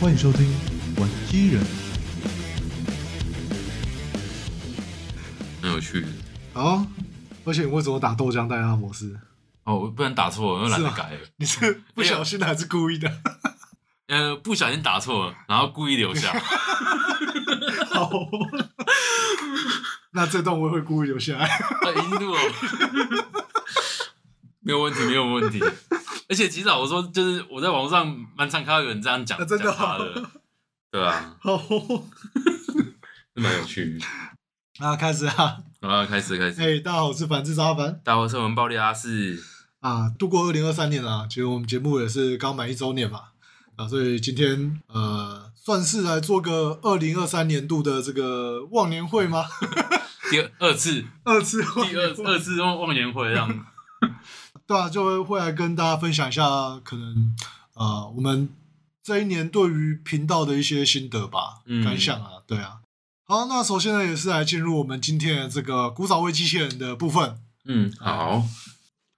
欢迎收听《玩机人》。很有趣。好，而且你为什么打豆浆戴阿摩斯？哦，我不然打错了，我又懒得改了。你是不小心的还是故 意的？呃，不小心打错了，然后故意留 下。好， 那这段我也会故意留下来。啊，印度哦， 没有问题，没有问题。而且其实啊我说，就是我在网络上蛮常看到有人这样讲，啊真的哦讲他的，对啊，好，是蛮有趣。那开始啊！好啊，开始开始。哎、大家好，我是反智沙凡大家好，我是我们暴力阿四，啊。度过二零二三年啊，其实我们节目也是刚满一周年嘛，啊，所以今天呃，算是来做个二零二三年度的这个忘年会吗？ 第二二次， 二次忘第二年会二次忘忘年会这样。对啊，就会会来跟大家分享一下，可能呃，我们这一年对于频道的一些心得吧、嗯感想啊，对啊。好，那首先呢，也是来进入我们今天的这个古早味机器人的部分。 嗯，好。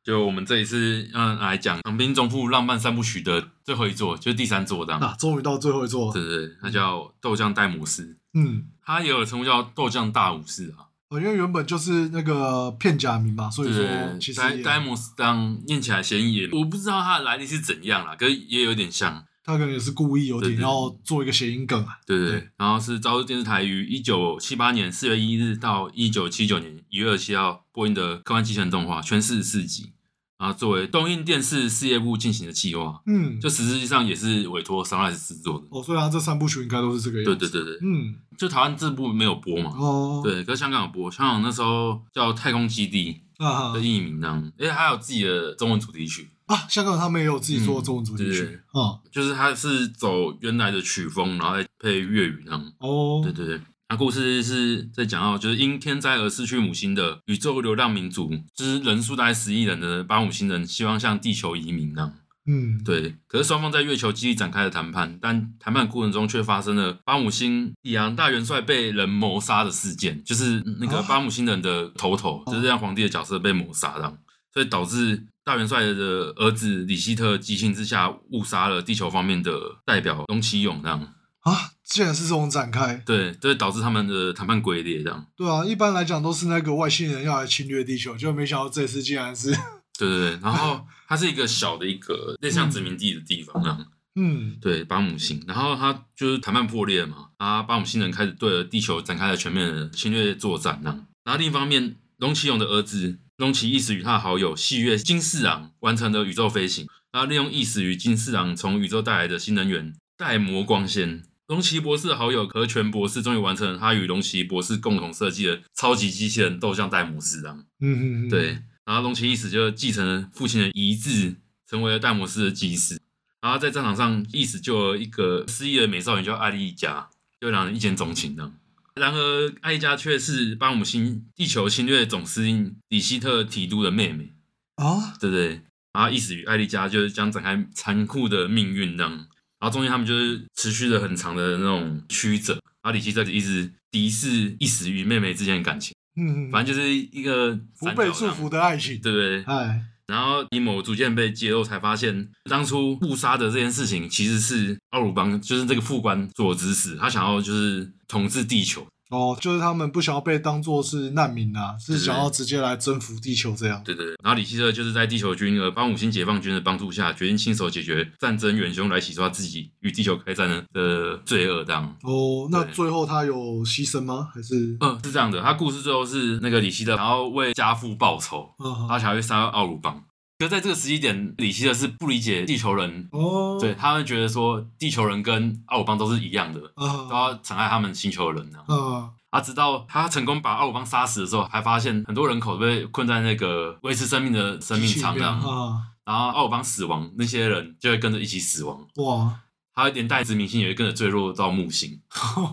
就我们这一次嗯来讲《长滨中部浪漫三部曲》的最后一座，就是第三座这样。啊，终于到最后一座，对对，对他叫豆浆戴姆斯，嗯，他也有称呼叫豆浆大武士啊。哦因为原本就是那个片假名嘛，所以说对其实对，戴也戴姆斯当念起来谐音也，我不知道他的来历是怎样啦，可是也有点像。他可能也是故意有对点对要做一个谐音梗啊。对对，对对然后是朝日电视台于一九七八年四月一日到一九七九年一月二十七号播映的科幻机器人动画，全四十四集，然后作为东映电视事业部进行的企划，嗯，就实际上也是委托 Sunrise 制作的。哦，所以他这三部曲应该都是这个对样对子。对对，嗯，就台湾这部没有播嘛，哦，，对，可是香港有播，香港那时候叫太空基地，啊的艺名这样，而且他有自己的中文主题曲，啊，香港他们也有自己做中文主题嗯对曲对啊，就是他是走原来的曲风，然后再配粤语这样。哦对，对对，那故事是在讲到就是因天灾而失去母星的宇宙流浪民族，就是人数大概十亿人的巴姆星人，希望向地球移民这样。嗯，对，可是双方在月球基地展开了谈判，但谈判过程中却发生了巴姆星里昂大元帅被人谋杀的事件，就是那个啊巴姆星人的头头，就是让皇帝的角色被谋杀这样，所以导致大元帅的儿子李希特急情之下误杀了地球方面的代表龙启勇这样，啊，竟然是这种展开，对，这导致他们的谈判龟裂这样，对啊，一般来讲都是那个外星人要来侵略地球，就没想到这次竟然是，对对对，然后它是一个小的一个类似像殖民地的地方这样，嗯，对巴姆星，然后他就是谈判破裂嘛，啊，巴姆星人开始对地球展开了全面的侵略作战呢。然后另一方面，龙骑勇的儿子龙骑一时与他的好友细月金四郎完成了宇宙飞行，然后利用意识与金四郎从宇宙带来的新能源带魔光纤。龙骑博士的好友和泉博士终于完成了他与龙骑博士共同设计的超级机器人豆浆戴姆斯郎。嗯嗯嗯，对，然后龙骑一死就继承了父亲的遗志，成为了戴摩斯的祭司。然后在战场上，一死救了一个失忆的美少女叫艾丽加，就两人一见钟情呢。然而，艾丽加却是巴姆星地球侵略总司令里希特提督的妹妹，啊，对不对？然后，一死与艾丽加就是将展开残酷的命运呢。然后中间他们就是持续了很长的那种曲折，然后里希特一直敌视一死与妹妹之间的感情，嗯，嗯反正就是一个不被三角这祝样福的爱情，对不对？哎，然后阴谋逐渐被揭露，才发现当初误杀的这件事情其实是奥鲁邦，就是这个副官所指使，他想要就是统治地球。哦，就是他们不想要被当做是难民啊，是对对想要直接来征服地球这样，对对对。然后李希特就是在地球军和帮五星解放军的帮助下，决定亲手解决战争元凶，来洗刷自己与地球开战的罪恶。这样，哦，那对最后他有牺牲吗？还是，嗯，是这样的。他故事最后是那个李希特，然后为家父报仇，嗯，呃他才会杀奥鲁邦。可在这个时机点，李希特是不理解地球人，哦，对，他们觉得说地球人跟奥鲁邦都是一样的，都啊，要残害他们星球的人呢、啊。啊，直到他成功把奥鲁邦杀死的时候，还发现很多人口被困在那个维持生命的生命舱啊，上，啊，然后奥鲁邦死亡，那些人就会跟着一起死亡， 哇，他连带殖民星也会跟着坠落到木星，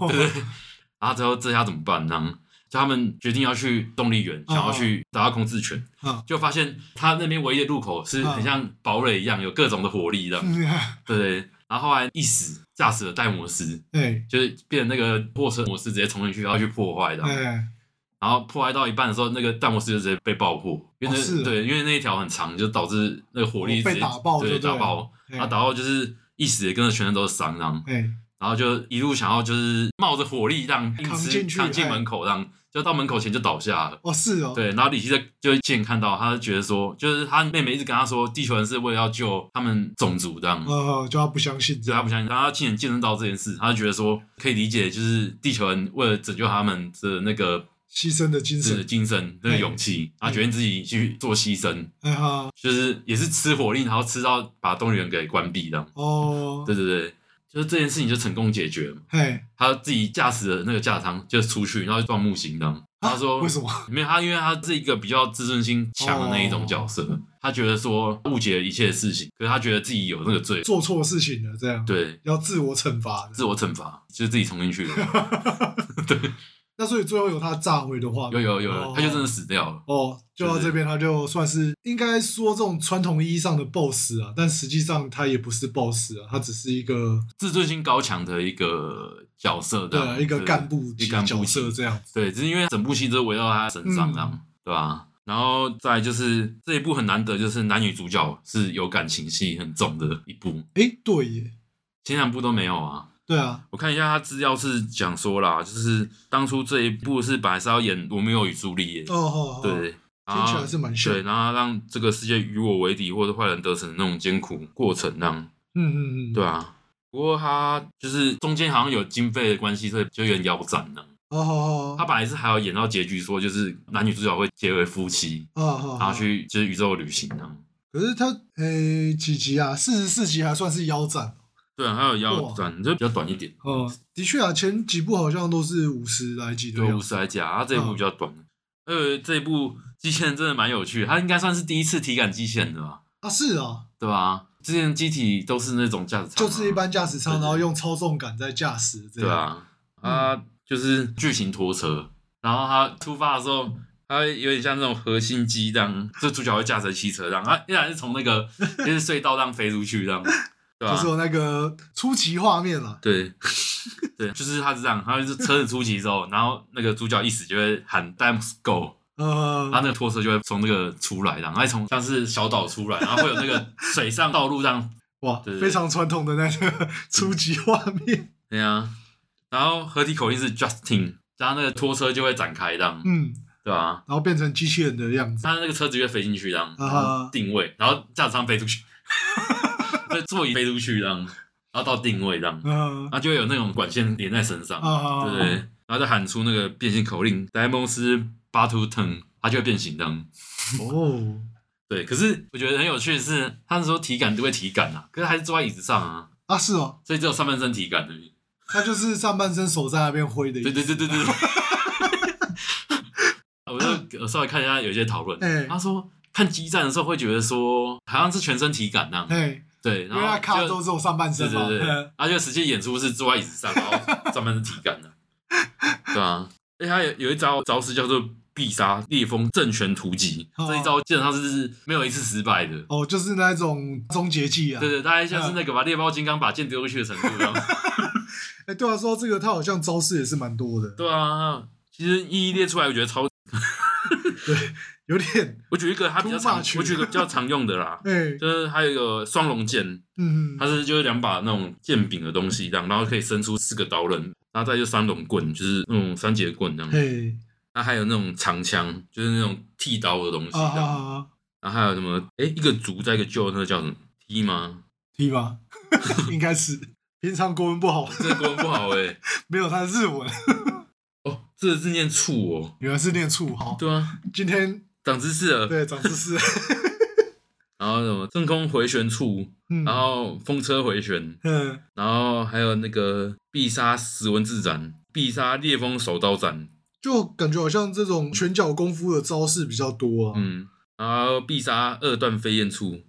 嗯 对不对？然后最后这下怎么办呢？就他们决定要去动力园，想要去达到控制权嗯，就发现他那边唯一的入口是很像堡垒一样，有各种的火力的，嗯对不对？然后后来一死，吓死了戴摩斯，哎，就是变成那个破车模式直接冲进去，然后去破坏的。哎，然然后破坏到一半的时候，那个弹模式就直接被爆破，因为那、哦是哦对，因为那一条很长，就导致那个火力哦直接被打爆就对啊对了打爆，然后打爆就是一死也跟着全身都是伤，这样，哎，然后就一路想要就是冒着火力让硬扛吃进去扛进哎门口，这样就到门口前就倒下了。哦是哦，对，然后李希在就亲眼看到，他就觉得说，就是他妹妹一直跟他说，地球人是为了要救他们种族这样，呃，就他不相信这所以他样不，相信，然后他亲眼见证到这件事，他就觉得说可以理解，就是地球人为了拯救他们的那个牺牲的精是神，精神、那个勇气，然后决定自己去做牺牲，哎哈，就是也是吃火力，然后吃到把动物园给关闭这样。哦，对对对，就是这件事情就成功解决了嘛。嘿，他自己驾驶的那个架舱就出去，然后就撞木星这样。啊他说为什么？没有他，因为他是一个比较自尊心强的那一哦种角色，他觉得说误解了一切事情，可是他觉得自己有那个罪，做错事情了这样，对，要自我惩罚的。自我惩罚，就是自己冲进去了。那所以最后有他炸毁的话，有有有，哦他就真的死掉了。哦，就到这边他就算是应该说这种传统意义上的 BOSS 啊，但实际上他也不是 BOSS 啊，他只是一个自尊心高强的一个角色这对样，啊一个干部一级干角部色型这样子。对，只是因为整部戏都围绕他身嗯上，这样、对吧、然后再来就是这一部很难得，就是男女主角是有感情戏很重的一部，诶，对耶，前两部都没有啊。对啊，我看一下他资料是讲说啦，就是当初这一部是本来是要演罗密欧与朱丽叶，哦哦，哦，对，听起来是然后蛮像对，，然后让这个世界与我为敌，或者坏人得逞的那种艰苦过程，那样嗯嗯嗯，对啊。不过他就是中间好像有经费的关系，所以就有点腰斩了。哦，好好好，他本来是还要演到结局，说就是男女主角会结为夫妻，啊好，然好后去就是宇宙旅行这样。可是他诶几集啊？四十四集还算是腰斩对啊，还有腰斩，就比较短一点，哦、的确啊，前几部好像都是五十来集的对样五子。十来讲，啊这一部嗯比较短。呃，这一部机器人真的蛮有趣的，它应该算是第一次体感机器人的吧？啊，是啊，对吧、之前机体都是那种驾驶舱就嘛，是一般驾驶舱，对对然后用操纵杆在驾驶这对样。啊，啊，嗯就是巨型拖车，然后它出发的时候。它会有点像那种核心机这样，这主角会驾驶汽车这样，它依然是从那个 就是隧道这样飞出去这样，对吧、啊就是有那个出奇画面啦。对， 对，就是他是这样，他就是车子出奇之后，然后那个主角一死就会喊 “Dimes Go”，呃他，那个拖车就会从那个出来，然后还从像是小岛出来，然后会有那个水上道路上，哇对，对嗯非常传统的那个出奇画面。对啊，然后合体口音是 Justin，然后那个拖车就会展开这样，嗯，对啊，然后变成机器人的样子。他那个车子就会飞进去这样，然啊哈后定位，然后驾驶舱飞出去， 对，座椅飞出去这样，然后到定位这样，呃然后就会有那种管线连在身上，啊，对对，然后就喊出那个变形口令 d i m o s b 图 t u n 它就会变形灯。哦，对，可是我觉得很有趣的是，他是说体感都会体感啊，可是还是坐在椅子上啊，啊是哦，所以只有上半身体感而已。他就是上半身手在那边挥的意对思。对对对对。 我就呃稍微看一下有一些讨论，哎他说看激战的时候会觉得说好像是全身体感那样，嘿，对，因然为他后卡就都只有上半身对嘛。对 对嗯，而且实际演出是坐在椅子上，然 后上半身体感的，对啊。而且他有有一招招式叫做必杀烈风正拳突击，哦这一招基本上是没有一次失败的。哦，就是那种终结技啊。对对，大概像是那个把猎豹金刚把剑丢过去的程度一样。哎，对啊，说到这个，他好像招式也是蛮多的， 对啊，其实一一列出来，我觉得超。有点我举一个他比较常， Too much 我举一个比较常用的啦，哎，就是还有一个双龙剑，嗯，它是就是两把那种剑柄的东西这样，然后可以伸出四个刀刃，然后再就三龙棍，就是那种三节棍这嗯样。嘿那还有那种长枪，就是那种剃刀的东西这啊啊样。啊啊，然后还有什么？哎，一个竹在一个臼，那个叫什么踢吗？踢吧， 应该是平常国文不好，这个国文不好哎、没有他的日文，哦，这个字念醋哦。原来是念处哈。对啊，今天长知识了。对长知识，然后什么真空回旋处，嗯然后风车回旋，嗯，然后还有那个必杀石文字斩、必杀烈风手刀斩，就感觉好像这种拳脚功夫的招式比较多啊。嗯，然后必杀二段飞燕处，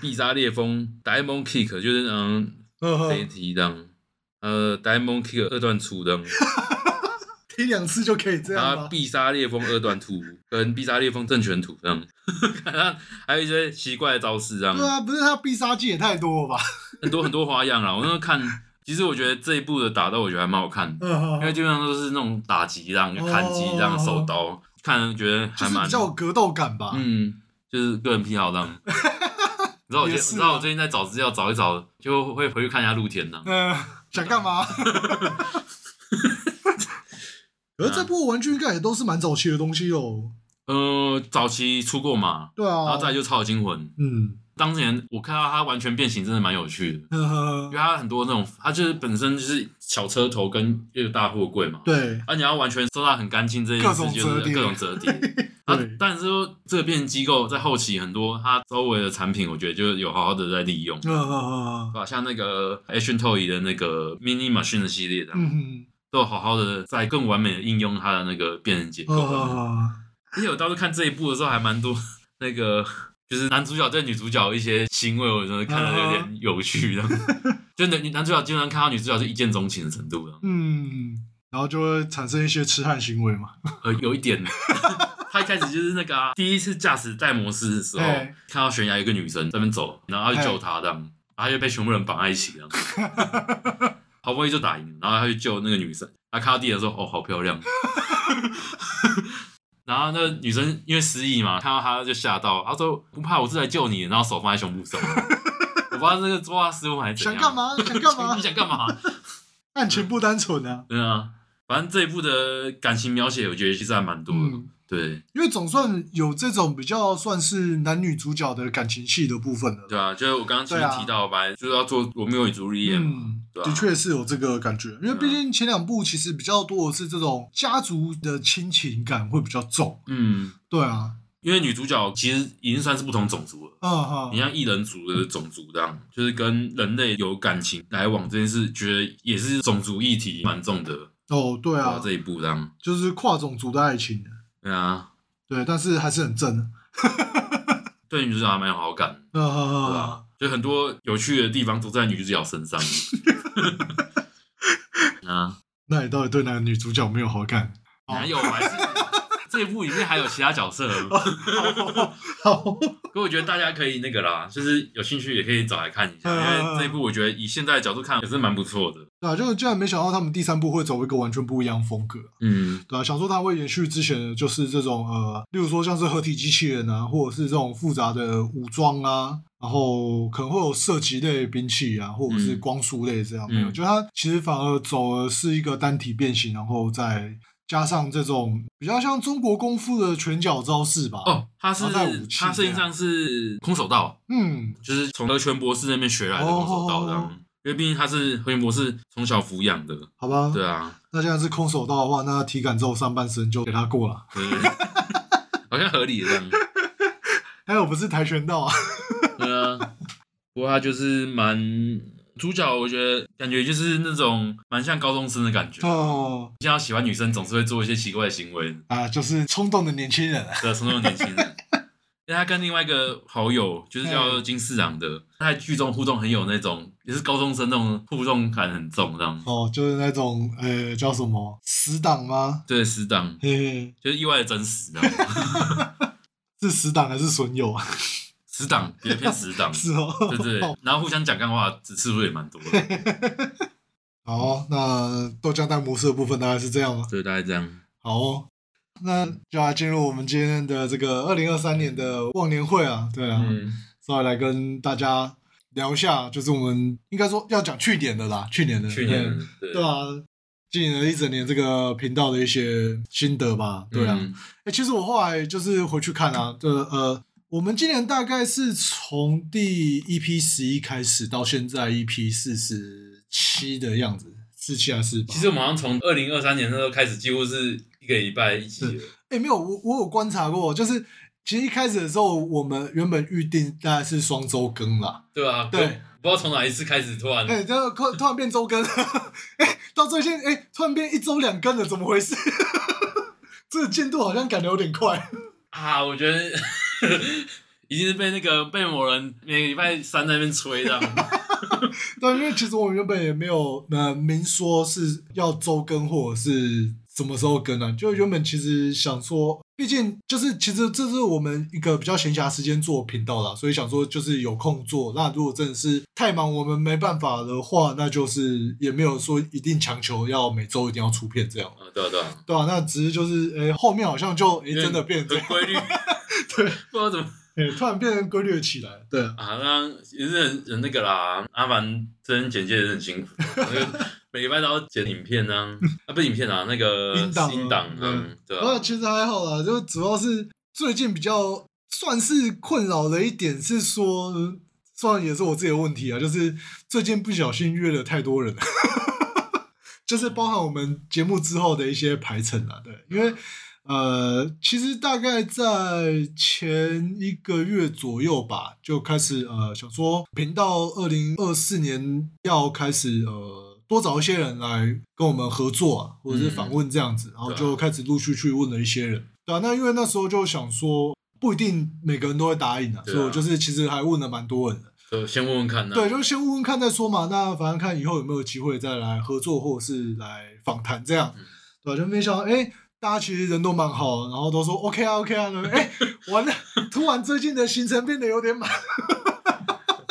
必杀烈风 Diamond Kick 就是嗯呵呵飞踢这样，呃 Diamond Kick 二段出这样。踢两次就可以这然样后吗？必杀烈风二段图跟必杀烈风正拳图这样， 看他还有一些奇怪的招式这样对，啊，不是他必杀技也太多了吧？很多很多花样啦。我那时候看，其实我觉得这一部的打斗我觉得还蛮好看的，嗯，因为基本上都是那种打击这样、哦砍击这样、手刀，看了觉得就还是啊蛮嗯比较有格斗感吧。嗯，就是个人癖好这样。 你知道我最也你是啊知道我最近在找资料，找一找就会回去看一下露天呢。嗯、想干嘛？ 可是这波玩具应该也都是蛮早期的东西哦。呃，早期出过嘛，对然啊后，再来就《超有惊魂》，嗯，当年我看到它完全变形，真的蛮有趣的，因呵呵为它很多那种，它就是本身就是小车头跟一个大货柜嘛，啊对，而你要完全收到很干净这件各事，种就折是叠各种折 叠。啊对，但是说这个变形机构在后期很多它周围的产品，我觉得就有好好的在利用，嗯呵呵呵啊，像那个 Action Toy 的那个 Mini Machine 的系列的，嗯都有好好的在更完美的应用它的那个变形结构哼，呵上呵面。呵而且我当时看这一部的时候，还蛮多那个就是男主角对女主角一些行为，我真的看的有点有趣这样。就男男主角经常看到女主角是一见钟情的程度了，嗯，然后就会产生一些痴汉行为嘛。呃，有一点。 他一开始就是那个、啊、第一次驾驶戴摩斯的时候哎，看到悬崖有一个女生在那边走，然后他去救她这样，然后他就被全部人绑在一起这 样，好不容易就打赢，然后他去救那个女生，他看到地的时候，哦，好漂亮。 然后那个女生因为失忆嘛，看到他就吓到，他说不怕，我是来救你，然后手放在胸部上。我不知道这个作画失误还是怎想样，干？嘛？想干嘛 你？想干嘛？案情不单纯啊。对啊，反正这一部的感情描写，我觉得其实还蛮多的。嗯，对因为总算有这种比较算是男女主角的感情戏的部分了。对啊，就是我刚刚前对面啊提到，本来就是要做《罗密欧与朱丽叶》嘛，嗯，对啊的确是有这个感觉，因为嗯毕竟前两部其实比较多的是这种家族的亲情感会比较重。嗯，对啊，因为女主角其实已经算是不同种族了。嗯你哈，像异人族的种族这样，就是跟人类有感情来往这件事，觉得也是种族议题蛮重的。哦，对对啊，啊，这一部这样，就是跨种族的爱情，对啊，对，但是还是很正的。对女主角还蛮有好感，嗯哈对哈啊哈，，就很多有趣的地方都在女主角身 上。啊，那你到底对哪个女主角没有好感？ 哪有？啊还是这一部里面还有其他角色，好， 可我觉得大家可以那个啦，就是有兴趣也可以找来看一下，因为这一部我觉得以现在的角度看也是蛮不错的。对啊，就竟然没想到他们第三部会走一个完全不一样风格，嗯对啊，想说它会延续之前的就是这种呃，例如说像是合体机器人啊，或者是这种复杂的武装啊，然后可能会有射击类兵器啊，或者是嗯光束类这样。嗯没有，就它其实反而走的是一个单体变形，然后再加上这种比较像中国功夫的拳脚招式吧。，哦，他是然后带武器他实际上是空手道，嗯，就是从何泉博士那边学来的空手道这样。哦因为毕竟他是何泉博士从小抚养的，好吧，对啊，那现在是空手道的话，那体感之后上半身就给他过了。对，好像合理的这样，还有不是跆拳道啊， 对啊。不过他就是蛮主角，我觉得感觉就是那种蛮像高中生的感觉。哦像喜欢女生总是会做一些奇怪的行为啊，就是冲动的年轻人啊。的，从那种年轻人。因为他跟另外一个好友就是叫嗯金市长的，他在剧中互动很有那种，也是高中生那种互动感很重这样。哦，就是那种呃叫什么死党吗？对，死党嘿嘿，就是意外的真实的。是死党还是损友啊？ 死党，别骗死党，是哦。对对对，然后互相讲干话次数也蛮 多的，好，哦那豆浆蛋模式的部分大概是这样吗？所以大概 这样。好、哦，那就要进入我们今天的这个二零二三年的忘年会啊，对啊，嗯，稍微来跟大家聊一下，就是我们应该说要讲去年的啦，去年的，嗯去年对对对啊，经营了一整年这个频道的一些心得吧，对啊，嗯欸，其实我后来就是回去看啊，呃呃，我们今年大概是从第 EP 十一开始到现在 EP 四十七的样子，四七还是？其实我们好像从二零二三年那时候开始，几乎是一个礼拜一集了。哎、没有，我我有观察过，就是其实一开始的时候，我们原本预定大概是双周更啦，对啊，对不，不知道从哪一次开始突然，哎、然后突突然变周 更，哎、到最近哎、突然变一周两更了，怎么回事？ 这个进度好像赶得有点快。啊，我觉得已经是被那个被某人每个礼拜三在那边催啊这样。对，因为其实我们原本也没有呃明说是要周更或者是什么时候更啊，就原本其实想说，毕竟就是其实这是我们一个比较闲暇时间做频道啦，所以想说就是有空做。那如果真的是太忙，我们没办法的话，那就是也没有说一定强求要每周一定要出片这样。啊，对啊，对啊，对啊，那只是就是，诶、后面好像就，诶、因为 真的变成这 很样，规律，对，不知道怎么，诶、对，突然变成规律起来，对，啊，那也是很很那个啦。阿凡这人简介也是很辛苦，那个每礼拜都要剪影片呢、啊，啊不是影片啊，那个音档啊音档，嗯，对那啊，其实还好啦，就主要是最近比较算是困扰的一点是说，算也是我自己的问题啊，就是最近不小心约了 太多人，就是包含我们节目之后的一些排程啊，对，因为呃，其实大概在前一个月左右吧，就开始呃想说，频道二零二四年要开始呃多找一些人来跟我们合作啊，或者是访问这样子，然后对啊就开始陆续去问了一些人，对啊，那因为那时候就想说。不一定每个人都会答应啊，对啊所以我就是其实还问了蛮多人的，就先问问看啊呢、对，就是先问问看再说嘛。那反正看以后有没有机会再来合作，或者是来访谈这样，嗯对吧？就没想到，哎、大家其实人都蛮好的，然后都说 OK 啊 OK 啊，对不对哎、 完了，突然最近的行程变得有点满，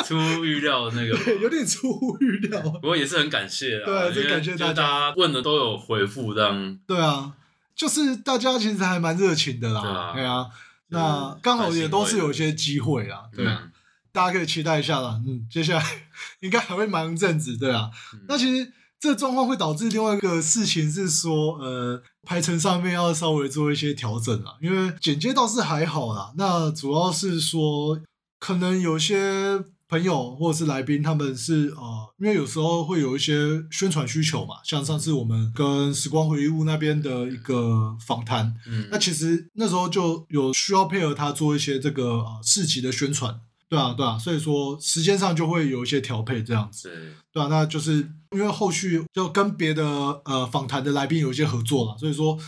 出乎预料的那个， 有点出乎预料。 不过也是很感谢啦，对因为就感谢大家就大家问的都有回复，这样对啊，就是大家其实还蛮热情的对啦啊，对啊。就是那刚好也都是有一蛮些机会啊，对欣慰啊的，嗯大家可以期待一下啦。嗯，接下来 应该还会忙一阵子，对啊。嗯那其实这状况会导致另外一个事情是说，呃，排程上面要稍微做一些调整啦，因为剪接倒是还好啦。那主要是说，可能有些朋友或者是来宾，他们是呃，因为有时候会有一些宣传需求嘛，像上次我们跟时光回忆录那边的一个访谈，嗯，那其实那时候就有需要配合他做一些这个呃市集的宣传，对啊对啊，所以说时间上就会有一些调配这样子，对对啊，那就是因为后续就跟别的呃访谈的来宾有一些合作了，所以说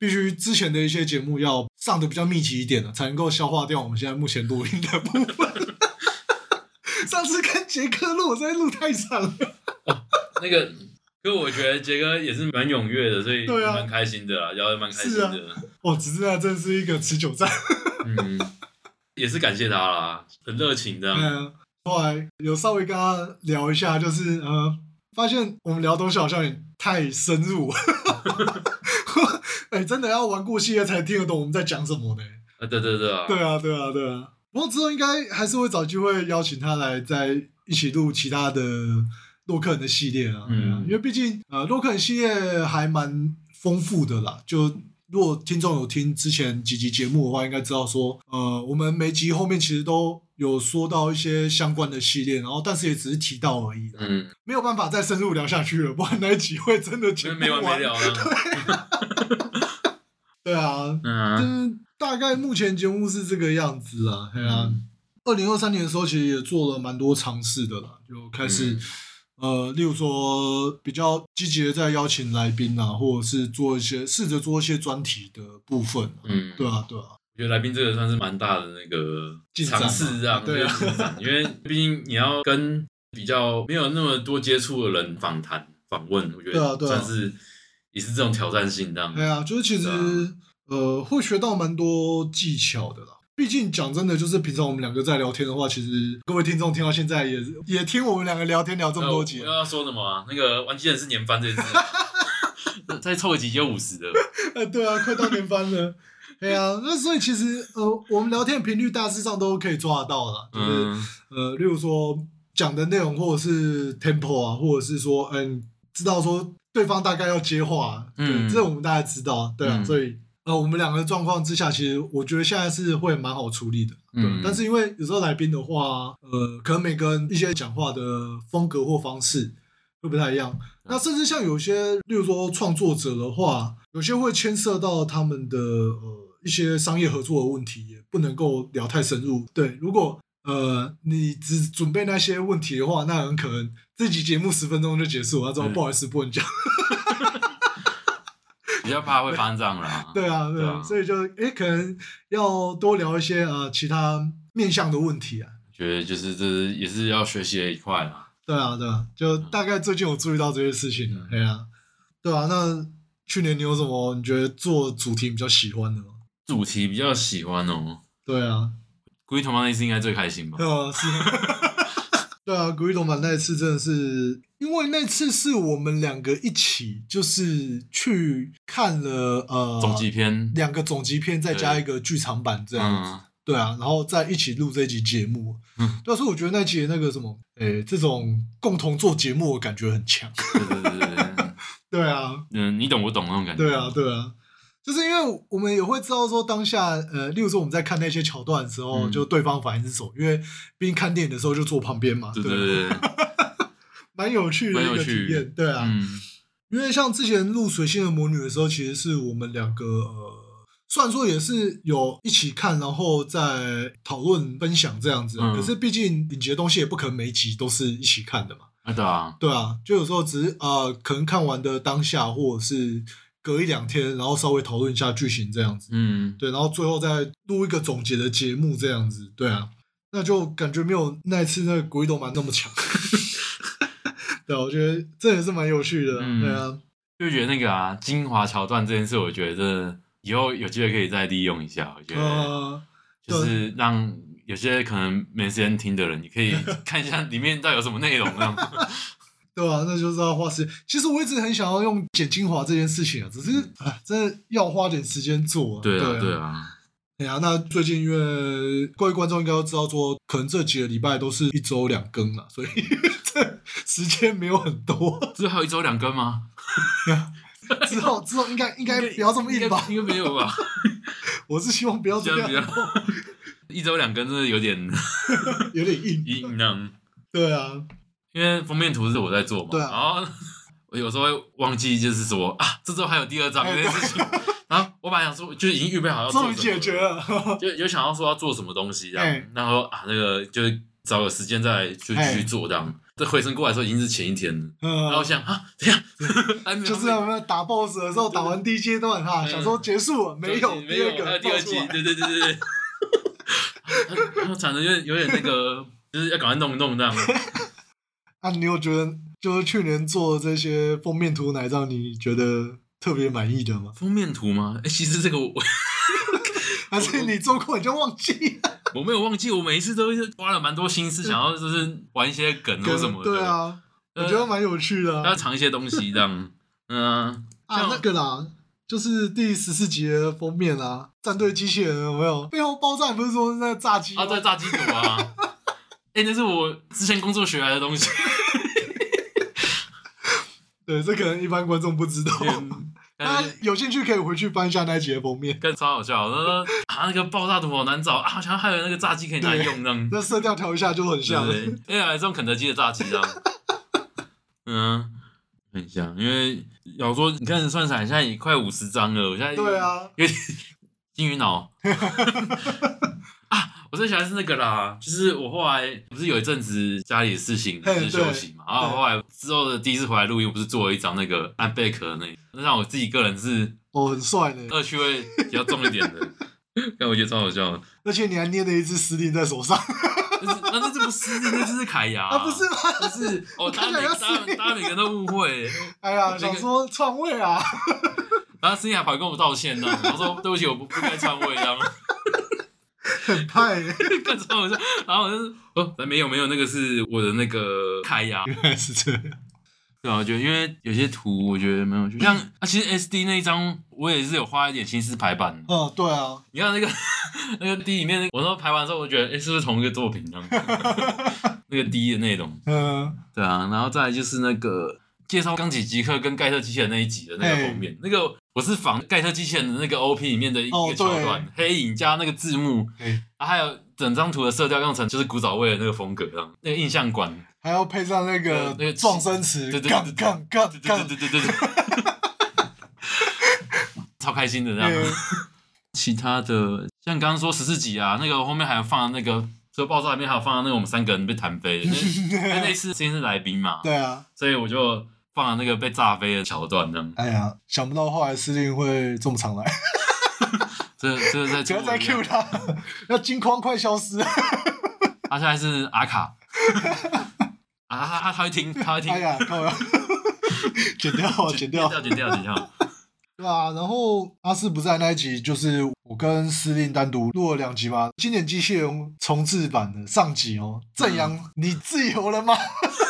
必须之前的一些节目要上的比较密集一点了，才能够消化掉我们现在目前录音的部分。 上次跟杰克录，我真的录太长了。那个。可我觉得杰哥也是蛮踊跃的，所以对啊蛮开心的啦，聊得蛮开心是啊的。哦，只是那真是一个持久战。嗯，也是感谢他啦，很热情这样。嗯，后来有稍微跟他聊一下，就是呃，发现我们聊东西好像也太深入了。 哎、真的要玩过系列才听得懂我们在讲什么呢？啊，对对对啊，对啊，对啊，对啊。不过之后应该还是会找机会邀请他来再一起录其他的洛克人的系列啊，嗯对啊因为毕竟呃洛克人系列还蛮丰富的啦。就如果听众有听之前几集节目的话，应该知道说呃我们每集后面其实都有说到一些相关的系列，然后但是也只是提到而已啦，嗯，没有办法再深入聊下去了，不然那一集会真的就讲是没不完没完。 了啊了。对啊，嗯啊，嗯，大概目前节目是这个样子啦，对啊。嗯二零二三年的时候，其实也做了蛮多尝试的啦，就开始、嗯呃，例如说比较积极的在邀请来宾啊，或者是做一些试着做一些专题的部分、嗯，对啊，对啊，我觉得来宾这个算是蛮大的那个进展嘛尝试，这样对啊就是进展因为毕竟你要跟比较没有那么多接触的人访谈访问，我觉对啊得对啊算是也是这种挑战性这样。对啊，就是其实、对啊呃，会学到蛮多技巧的啦。毕竟讲真的，就是平常我们两个在聊天的话，其实各位听众听到现在也也听我们两个聊天聊这呃么多集我了，要说什么啊？那个玩机人是年番这 件事，再凑一集就五十了。呃，对啊，快到年番 了。对啊，那所以其实呃，我们聊天的频率大致上都可以抓得到啦，就是、嗯，呃，例如说讲的内容或者是 tempo 啊，或者是说嗯，知道说对方大概要接话啊，嗯对，这我们大概知道，对啊，嗯所以呃，我们两个的状况之下，其实我觉得现在是会蛮好处理的，对，嗯但是因为有时候来宾的话，呃，可能每个人一些讲话的风格或方式会不太一样。那甚至像有些，例如说创作者的话，有些会牵涉到他们的呃一些商业合作的问题，也不能够聊太深入。对，如果呃你只准备那些问题的话，那很可能这集节目十分钟就结束了，之后嗯不好意思不能讲。比较怕会发生这样啦。对啊，对对啊，啊所以就诶可能要多聊一些呃其他面向的问题啊。觉得就是这是也是要学习的一块啦。对啊，对啊，就大概最近有注意到这些事情了。嗯对啊，对啊，那去年你有什么你觉得做主题比较喜欢的吗？主题比较喜欢哦，对啊，估计同行那一次应该最开心吧。对啊， 是。对啊，古一龙版那一次真的是，因为那次是我们两个一起，就是去看了呃呃总集篇，两个总集片，再加一个剧场版这样子。嗯，啊对啊，然后再一起录这一集节目。嗯，对啊，所以我觉得那集的那个什么，诶，这种共同做节目的感觉很强。 对对对对对，对对啊，嗯，你懂我懂那种感觉。对啊，对啊，就是因为我们也会知道说当下，呃，例如说我们在看那些桥段的时候，嗯就对方反应是什么，因为毕竟看电影的时候就坐旁边嘛，对对对啊，对对，对蛮有趣的蛮一有个体趣验，对啊，嗯，因为像之前录《水星的魔女》的时候，其实是我们两个呃，虽然说也是有一起看，然后再讨论分享这样子，嗯可是毕竟影集的东西也不可能每一集都是一起看的嘛，啊对啊，对啊，就有时候只是呃，可能看完的当下，或者是隔一两天，然后稍微讨论一下剧情这样子，嗯，对，然后最后再录一个总结的节目这样子，对啊，那就感觉没有那一次那个鬼斗蛮那么强， 对、啊，我觉得这也是蛮有趣的，嗯对啊，就觉得那个啊精华桥段这件事，我觉得真的以后有机会可以再利用一下，我觉得呃，就是让。有些可能没时间听的人，你 可以看一下里面到底有什么内容，这样。对啊，那就是要花时间。其实我一直很想要用剪精华这件事情啊，只是哎，真的要花点时间做、啊。嗯对啊，啊，对啊，哎呀，那最近因为各位观众应该都知道说，可能这几个礼拜都是一周两更了，所以 这时间没有很 多。这还有一周两更吗？之后之后应该应该不要这么硬吧？应该没 有吧？我是希望不要这这样样，比较一周两更真的 有点啊有点硬。硬呢，对啊，因为封面图是我在做嘛，对啊然后我有时候会忘记，就是说啊，这周还有第二章哎这件事情， 然后我本来想说就已经预备好要做终于什么解决，了。 就有想要说要做什么东西这样哎，然后啊那个就找个时间再就继哎续做这样。这回程过来的时候已经是前一天了，然后嗯，我想 啊，等一下，还没有就是我们打 BOSS 的时候，打完第一阶段哈，嗯想说结束了，没有没第二有，还个有第二爆出集，来。对对对对 对。然后产生有点有点那个，就是要赶快弄一弄这样。啊，你有觉得就是去年做的这些封面图哪一张你觉得特别满意的吗？封面图吗？哎、其实这个我 还是你做过你就忘记了？我没有忘记，我每一次都是花了蛮多心思，想要就是玩一些梗或什么的。对，啊，我呃觉得蛮有趣的 要啊。藏一些东西这样。嗯、啊，那个啦，就是第十四集的封面啦，战队机器人有没有？背后爆炸你不是说是在炸鸡吗？啊，对，炸鸡组啊。哎、那是我之前工作学来的 东西。对，这可能一般观众不知道。 大家有兴趣可以回去翻一下那一集的封面，更超好笑，他说啊，那个爆炸图好难找啊，好像还有那个炸鸡可以拿来用这样。那色调调一下就很像了。对对对，哎，这种肯德基的炸鸡啊， 嗯，很像，因为要说你看算算，现在也快五十张了，我现在对，啊，有点金鱼脑 啊。我最喜欢是那个啦，就是我后来不是有一阵子家里的事情嘿就是休息嘛，然后对后来之后的第一次回来录音，我不是做了一张那个按贝壳的那，那让我自己个人是哦，很帅呢，恶趣味比较重一点的， 但我觉得超好笑的。而且你还捏了一只司令在手上，啊那是那这不是那是凯牙啊，不是吗？ 不是哦，大看家起来每要大死家大家每个人都误会，哎呀，那个想说篡位啊，然后森雅跑来跟我道歉呢，我说对不起，我不不该篡位，然后很派。更超好笑，然后我就是哦，没有没有，那个是我的那个开呀，原来是这样。对啊，我觉得因为有些图我觉得蛮有趣， 像啊，其实 S D 那一张我也是有花一点心思排版，嗯，对啊，你看那个那个 D 里面，我那时候排完之后，我觉得哎、诶是不是同一个作品这样？ 那个 D 的内容，嗯，对啊，然后再来就是那个介绍钢铁极客跟盖特机器人那一集的那个封面，那个我是仿盖特机器人的那个 OP 里面的一哦个桥段，黑影加那个字幕，哎啊、还有整张图的色调用成就是古早味的那个风格，这样那个印象馆，还要配上那呃那个个撞声词对，对杠对杠杠对杠对，对对对对， 超开心的这样。嗯其他的像刚刚说十四集啊，那个后面还有放那个。这爆炸里面还有放到那个我们三个人被弹飞的，因为因 为那次先是来宾嘛，对啊，所以我就放了那个被炸飞的桥段，这样。哎呀，想不到后来司令会这么常来，这这是在不中要国再 Q 他，要金框快消失。他现在是阿卡啊，他他他会听，他会听哎，呀，靠呀，剪掉啊，剪掉。剪掉剪掉。对啊，然后阿四不在那一集，就是我跟司令单独录了两集嘛。经典机器人重置版的上集哦，正阳，你自由了吗？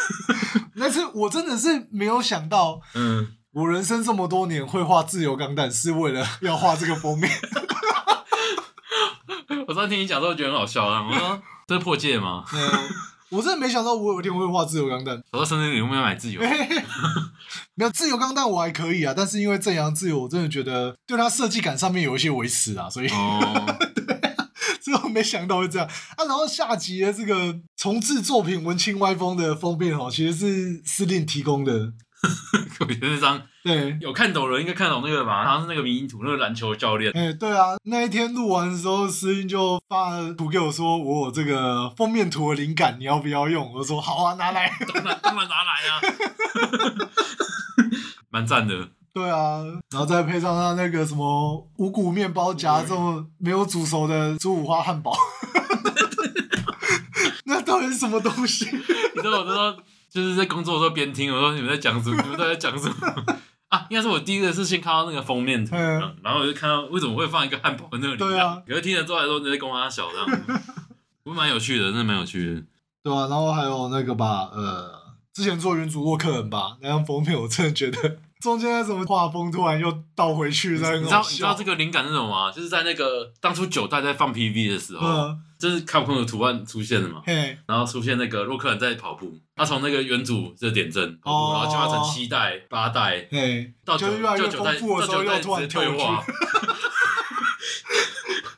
那次我真的是没有想到，嗯，我人生这么多年会画自由钢弹，是为了要画这个封面。我上次听你讲之后觉得很好笑啊，我说这是破戒吗？嗯，我真的没想到我有一天会画自由钢弹。 我说深圳你会不会买自由？哎没有自由钢弹我还可以啊，但是因为正阳自由，我真的觉得对它设计感上面有一些维持啊，所以哦，所以我没想到会这样啊。然后下集的这个重置作品《文青歪风》的封面哦，其实是司令提供的。我觉得那张对，有看懂的人应该看懂那个吧，好像是那个迷因图那个篮球教练，哎、对啊，那一天录完的时候，司令就发了图给我说，我有这个封面图的灵感，你要不要用？我说好啊，拿来。 当然当然拿来啊， 蛮赞的。对啊，然后再配上他那个什么五谷面包夹这种没有煮熟的猪五花汉堡， 那到底是什么东西？ 你知道我那时候就是在工作的时候边听，我说你们在讲什么？你们到底在讲什么？ 啊，应该是我第一个是先看到那个封面图，嗯嗯然后我就看到为什么会放一个汉堡在那里，对啊，可是听了之后还说你在公阿小这样，不过蛮有趣的，真的蛮有趣的。对啊，然后还有那个吧，呃，之前做原主洛克人吧，那张封面我真的觉得中间那什么画风突然又倒回去，那你很知好道你知道笑这。个灵感是什么吗？就是在那个当初九代在放 PV 的时候，嗯，就是卡普空的图案出现了嘛，嘿，然后出现那个洛克人在跑步，他从那个原主的点阵跑哦步，然后进化成七代、八代嘿，到九就越来越到九代丰富的到时候九代又直突然接退跳化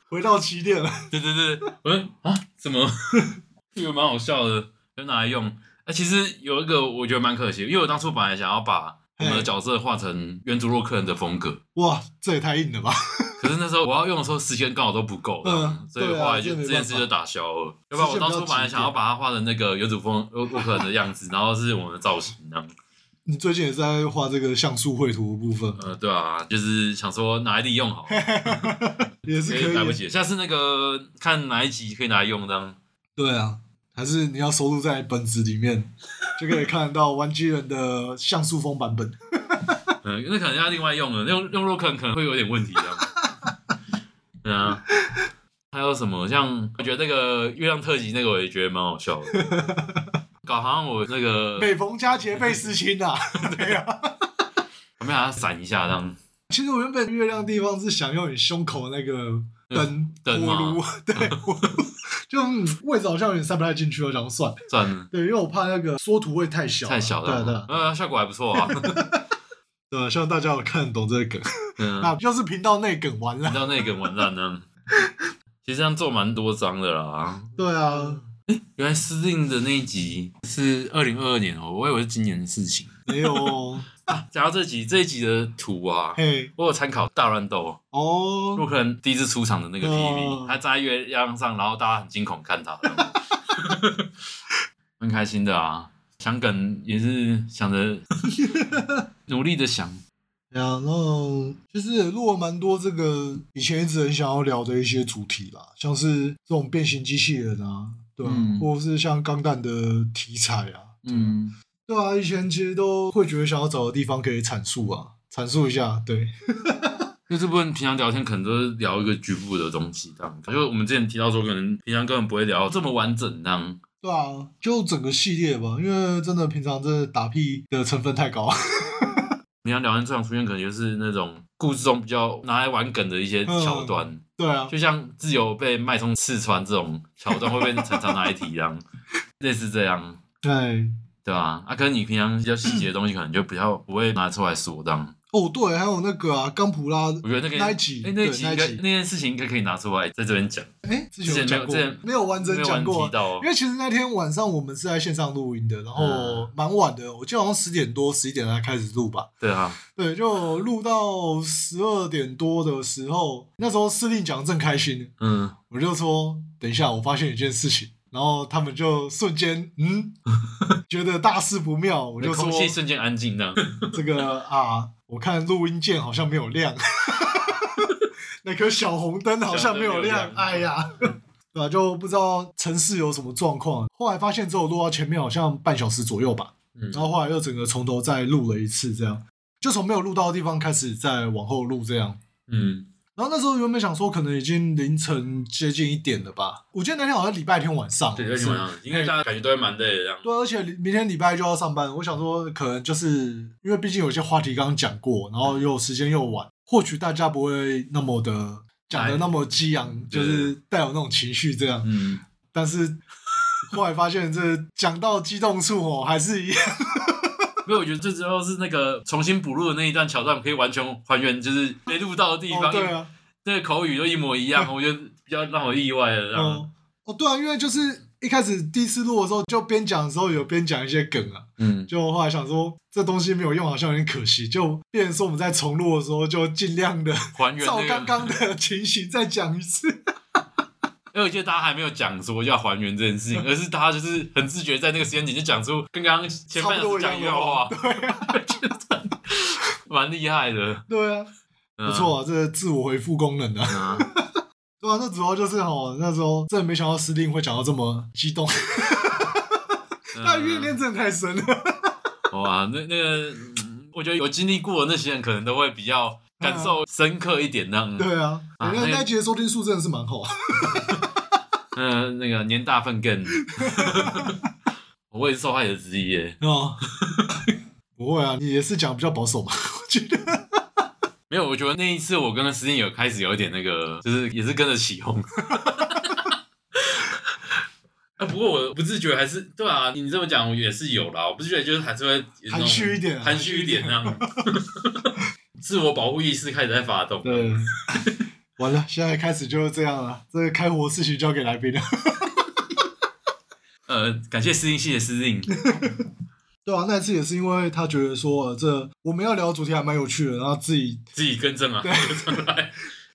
回，回到起点了。对 对对，对我说啊，怎么 这个蛮好笑的，就拿来用。哎、其实有一个我觉得蛮可惜，因为我当初本来想要把我们的角色画成原主洛克人的风格，哇，这也太硬了吧！ 可是那时候我要用的时候时间刚好都不够，嗯所以对啊后来就这没这件事就打消了。要办不法然我当初本来想要把它画成那个原主风洛克人的样子，然后是我们的造型那样。你最近也是在画这个像素绘图的部分，呃，对啊，就是想说拿来 利用好，也是因可为以来不的。及。下次那个看哪一集可以拿来用这样。对啊，还是你要收录在本子里面，就可以看到 玩具人的像素风版本。嗯，那可能要另外用了，用用肉可能可能会有点问题，这样。 对啊，还有什么像？我觉得那个月亮特辑那个，我也觉得蛮好笑的。搞好像我那个每逢佳节倍思亲啊，对啊。旁边还要闪一下这样，其实我原本月亮地方是想用你胸口那个灯灯火吗炉， 对，火炉就嗯位置好像有点塞不太进去，我想说算了，算了，对，因为我怕那个缩图会太小了，太小对啊了。对啊呃，效果还不错啊。 对啊，希望大家有看得懂这个梗，嗯，那要是频道内梗完你了，到那个网站呢？其实这样做蛮多张的啦。对啊，原来司令的那一集是二零二二年哦，我以为是今年的事情。没有，哦 啊，讲到这集，这一集的图啊，嘿，我有参考大乱斗。哦，洛克人第一次出场的那个嗯 PV，、他站在月亮上，然后大家很惊恐看他， 很开心的啊。想梗也是想着 努力的想，然后就是也录了蛮多这个以前一直很想要聊的一些主题啦，像是这种变形机器人啊，对啊，嗯或者是像钢弹的题材啊，嗯，对啊，以前其实都会觉得想要找个地方可以阐述啊，阐述一下。对，就这部分平常聊天可能都是聊一个局部的东西，这样。就我们之前提到说，可能平常根本不会聊这么完整，这样。对啊，就整个系列吧，因为真的平常真的打屁的成分太高。平常聊天最常出现可能就是那种故事中比较拿来玩梗的一些嗯桥段，对啊，就像自由被脉冲刺穿这种桥段会被常常拿来提，这样， 类似这样。对，对啊，啊，可是你平常比较细节的东西，可能就比较不会拿出来说这样。哦对，还有那个啊，冈普拉，我觉得那个那一集哎，那一对集那一应该集那件事情应该可以拿出来在这边讲，哎，之之前有前没讲有过之前，没有完整没有讲完过提啊。到哦因。为其实那天晚上我们是在线上录音的，然后嗯蛮晚的，我记得好像十点多、十一点才开始录吧。对啊，对，就录到十二点多的时候，那时候司令讲得正开心呢，嗯，我就说等一下，我发现一件事情，然后他们就瞬间 嗯，觉得大事不妙，我我就的说空气瞬间安静这样。这个啊，我看录音键好像没有 亮，那颗小红灯好像没有小亮灯，没有亮哎呀。对啊，就不知道城市有什么状况。后来发现只有录到前面好像半小时左右吧，嗯然后后来又整个从头再录了一次，这样就从没有录到的地方开始再往后录这样。嗯，然后那时候原本想说，可能已经凌晨接近一点了吧。我记得那天好像礼拜天晚上，对，而且晚上应该大家感觉都会蛮累的这样。对，而且明天礼拜就要上班，我想说，可能就是因为毕竟有些话题刚刚讲过，然后又时间又晚，或许大家不会那么的讲的那么激昂，就是带有那种情绪这样。嗯，但是后来发现，这讲到激动处哦，还是一样。没有，我觉得最主要是那个重新补录的那一段桥段，可以完全还原，就是没录到的地哦，方，对啊，那个口语都一模一样，我觉得比较让我意外了。让我哦，哦，对啊，因为就是一开始第一次录的时候，就边讲的时候有边讲一些梗啊，嗯，就后来想说这东西没有用，好像有点可惜，就变成说我们在重录的时候就尽量的还原照那刚个刚的情形再讲一次。 因为我记得大家还没有讲说要还原这件 事情，而是大家就是很自觉在那个时间点就讲出跟刚刚前半小时讲一样的话， 蛮厉害的，嗯对啊，不不错啊，这个自我回复功能啊。 啊。 对啊，那主要就是哦，那时候真的没想到司令会讲到这么激动， 嗯他怨念真的太深了。哇，那那个，嗯我觉得有经历过的那些人可能都会比较感受深刻一点，那样。对啊，啊人家那个那一集的收听数真的是蛮好。啊嗯，那个年大粪 更，我也是受害者之一耶。 哦， 不会啊，你也是讲比较保守嘛，我觉得。没有，我觉得那一次我跟司令有开始有一点那个，就是也是跟着起哄。 啊，不过我不自觉还是对啊，你这么讲我也是有啦，我不自觉就是还是会有那种含蓄一点啊含蓄一点那样， 自我保护意识开始在发动。对， 完了，现在开始就是这样了，这个开火的事情交给来宾了。呃，感谢司令，谢谢司 令。对啊，那一次也是因为他觉得说，呃、这我们要聊的主题还蛮有趣的，然后自己自己更正啊，更正来。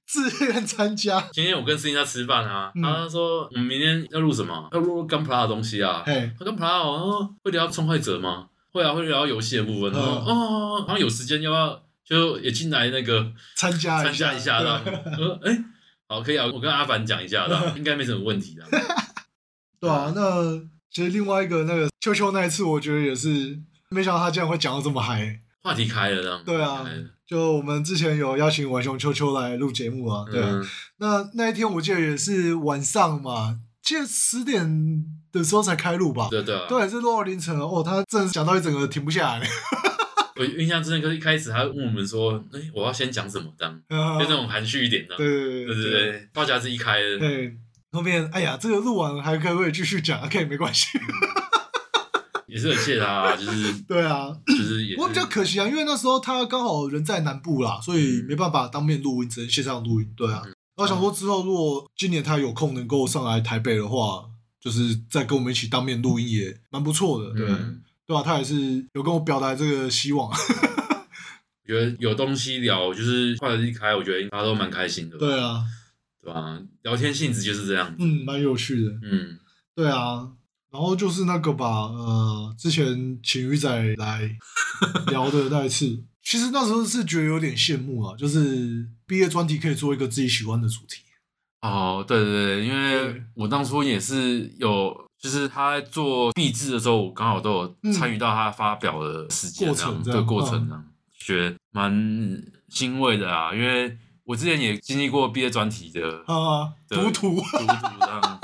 自愿参加。 今天我跟思欣在吃饭啊，嗯他说我们明天要录什么？要录跟 Pra 的东西啊。嘿，他跟 Pra 哦，会聊创坏者吗？会啊，会聊游戏的部分。嗯他说哦，好像有时间要不要就也进来那个参加参加一下对啊的？呃，哎，好，可以啊，我跟阿凡讲一下 的，应该没什么问题的。对啊，那其实另外一个那个秋秋那一次，我觉得也是，没想到他竟然会讲到这么嗨。话题开了，这样。对啊开了就我们之前有邀请玩熊秋秋来录节目啊，对啊，嗯那那一天我记得也是晚上嘛，记得十点的时候才开录吧。对对啊。对，也是录到凌晨哦，他真的是讲到一整个停不下来。我印象深刻，一开始他问我们说，哎，我要先讲什么？这样，就那对种含蓄一点的。嗯 对对对对，话匣子一开了。对，后面哎呀，这个录完还可不可以继续讲？OK，没关系。 也是很谢他、啊，就是对啊，就是也不过比较是可惜啊，因为那时候他刚好人在南部啦，所以没办法当面录音，只能线上录音。对啊，那我想说之后如果今年他有空能够上来台北的话，就是再跟我们一起当面录音也蛮不错的。对，嗯，对啊，他也是有跟我表达这个希望。 我觉得有东西聊，就是话题一开，我觉得大家都蛮开心的，对啊，对吧？聊天性质就是这样，嗯，蛮有趣的。嗯，对啊，然后就是那个吧，呃，之前请鱼仔来 聊的那一次，其实那时候是觉得有点羡慕啊，就是毕业专题可以做一个自己喜欢的主题。哦，对对对，因为对我当初也是有，就是他在做壁纸的时候，我刚好都有参与到他发表的时嗯间过这样，程这对样过程嗯这样，觉得蛮欣慰的啊，因为我之前也经历过毕业专题的啊，对读图，读读这样，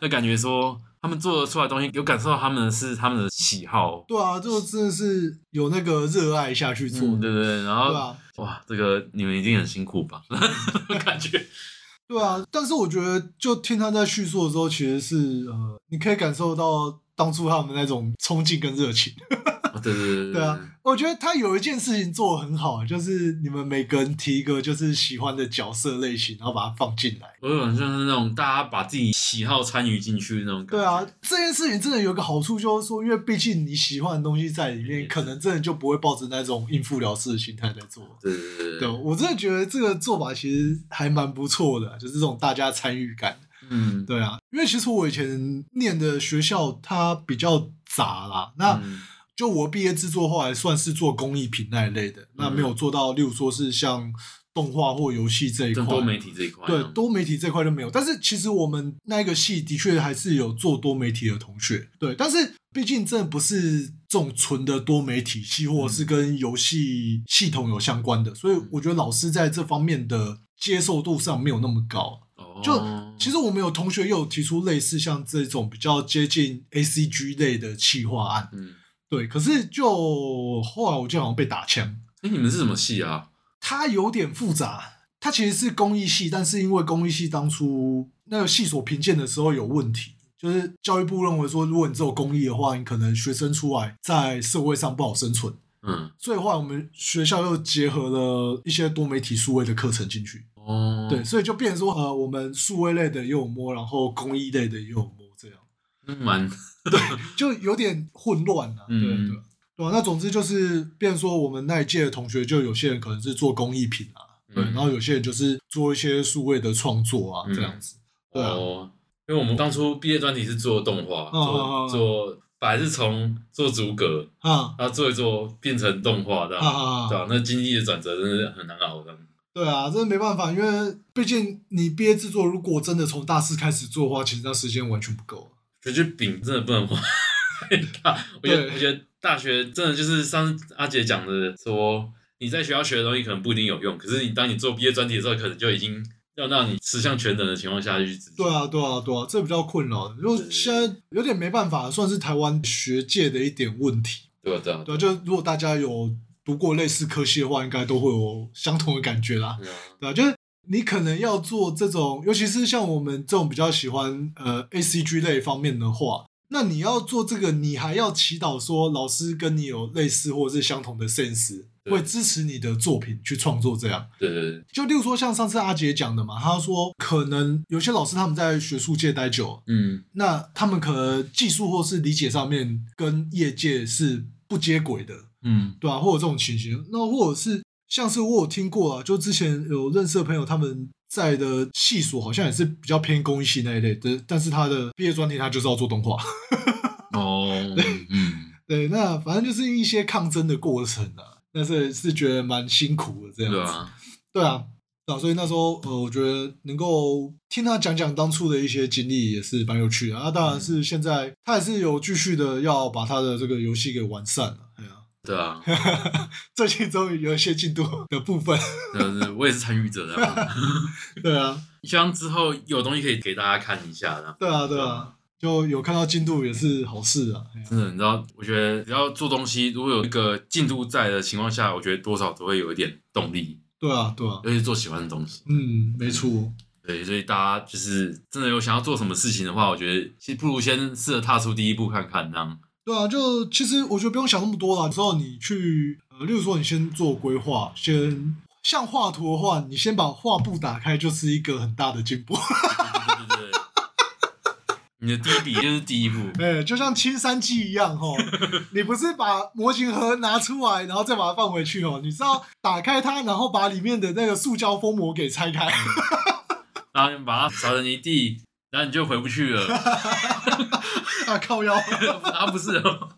就感觉说他们做得出来的东西，有感受到他们是他们的喜好，对啊，就真的是有那个热爱下去做嗯，的，对对对，然后、对啊，哇，这个你们一定很辛苦吧？ 感觉对啊。但是我觉得，就听他在叙述的时候，其实是呃，你可以感受到当初他们那种冲劲跟热情。哦对对对对啊，我觉得他有一件事情做的很好，就是你们每个人提一个就是喜欢的角色类型，然后把它放进来。我有种像是那种大家把自己喜好参与进去的那种感对觉。啊，这件事情真的有一个好处，就是说，因为毕竟你喜欢的东西在里面，可能真的就不会抱着那种应付了事的心态在做。对对对对，我真的觉得这个做法其实还蛮不错的，啊就是这种大家参与感。嗯，对啊，因为其实我以前念的学校它比较杂啦，那、嗯就我毕业制作后来算是做工艺品那一类的，那没嗯有做到，例如说是像动画或游戏这一这块，多媒体这一块，对，多媒体这块就没有。但是其实我们那一个系的确还是有做多媒体的同学，对，但是毕竟这不是这种纯的多媒体系，或者嗯是跟游戏系统有相关的，所以我觉得老师在这方面的接受度上没有那么高。哦就其实我们有同学也有提出类似像这种比较接近 A C G 类的企划案，嗯，对，可是就后来我就好像被打枪，哎，你们是什么系啊？它有点复杂，它其实是公益系，但是因为公益系当初那个系所评鉴的时候有问题，就是教育部认为说，如果你只有公益的话，你可能学生出来在社会上不好生存，嗯，所以后来我们学校又结合了一些多媒体数位的课程进去，哦，对，，所以就变成说，呃，我们数位类的也有摸，然后公益类的也有摸，这样蛮，就有点混乱啊，对嗯对啊对啊，那总之就是变成说，我们那一届的同学就有些人可能是做公益品啊。对，嗯然后有些人就是做一些数位的创作啊，嗯这样子。对啊哦，因为我们当初毕业专题是做动画，哦哦哦做做本来是从做逐格，啊然后做一做变成动画这啊样，啊！对啊啊，那经济的转折真的很难熬的。对啊，这没办法，因为毕竟你毕业制作如果真的从大四开始做的话，其实那时间完全不够。啊我觉得饼真的不 能花太大，我觉得对我觉得大学真的就是上次阿姐讲的说，你在学校学的东西可能不一定有用，可是你当你做毕业专题的时候，可能就已经要让你十项全能的情况下去执行。对啊，对啊，对啊，这比较困扰，就对现在有点没办法，算是台湾学界的一点问题。对啊，对啊，对啊，就如果大家有读过类似科系的话，应该都会有相同的感觉啦。对啊，对啊，就是你可能要做这种，尤其是像我们这种比较喜欢呃 A C G 类方面的话，那你要做这个，你还要祈祷说老师跟你有类似或是相同的 sense，对会支持你的作品去创作这样。对对对，就例如说像上次阿杰讲的嘛，他说可能有些老师他们在学术界待久了，嗯，那他们可能技术或是理解上面跟业界是不接轨的，嗯对啊，会有这种情形。那或者是像是我有听过啊，就之前有认识的朋友，他们在的系所好像也是比较偏公益系那一类的，但是他的毕业专题他就是要做动画。 哦，嗯，对，那反正就是一些抗争的过程啊，但是是觉得蛮辛苦的这样子。对啊，对 啊，对啊，所以那时候呃，我觉得能够听他讲讲当初的一些经历也是蛮有趣的。啊那嗯当然是现在他还是有继续的要把他的这个游戏给完善了。哎呀、对啊，最近终于有一些进度的部分。对啊对我也是参与者 的，对啊，希望之后有东西可以给大家看一下的。对啊，对啊，就有看到进度也是好事啊。哎呀真的，你知道，我觉得只要做东西，如果有一个进度在的情况下，我觉得多少都会有一点动力，对啊，对啊，尤其是做喜欢的东西。嗯，没错，对，所以大家就是真的有想要做什么事情的话，我觉得其实不如先试着踏出第一步看看，这样。对啊，就其实我觉得不用想那么多啦，之后你去，呃，例如说你先做规划，先像画图的话，你先把画布打开，就是一个很大的进步。 对对对对， 你的第一笔就是第一步。哎，就像青山记一样 吼，你不是把模型盒拿出来，然后再把它放回去哦，你是要打开它，然后把里面的那个塑胶封膜给拆 开。然后你把它扫成一地，然后你就回不去了。啊，靠 腰。啊，不是哦，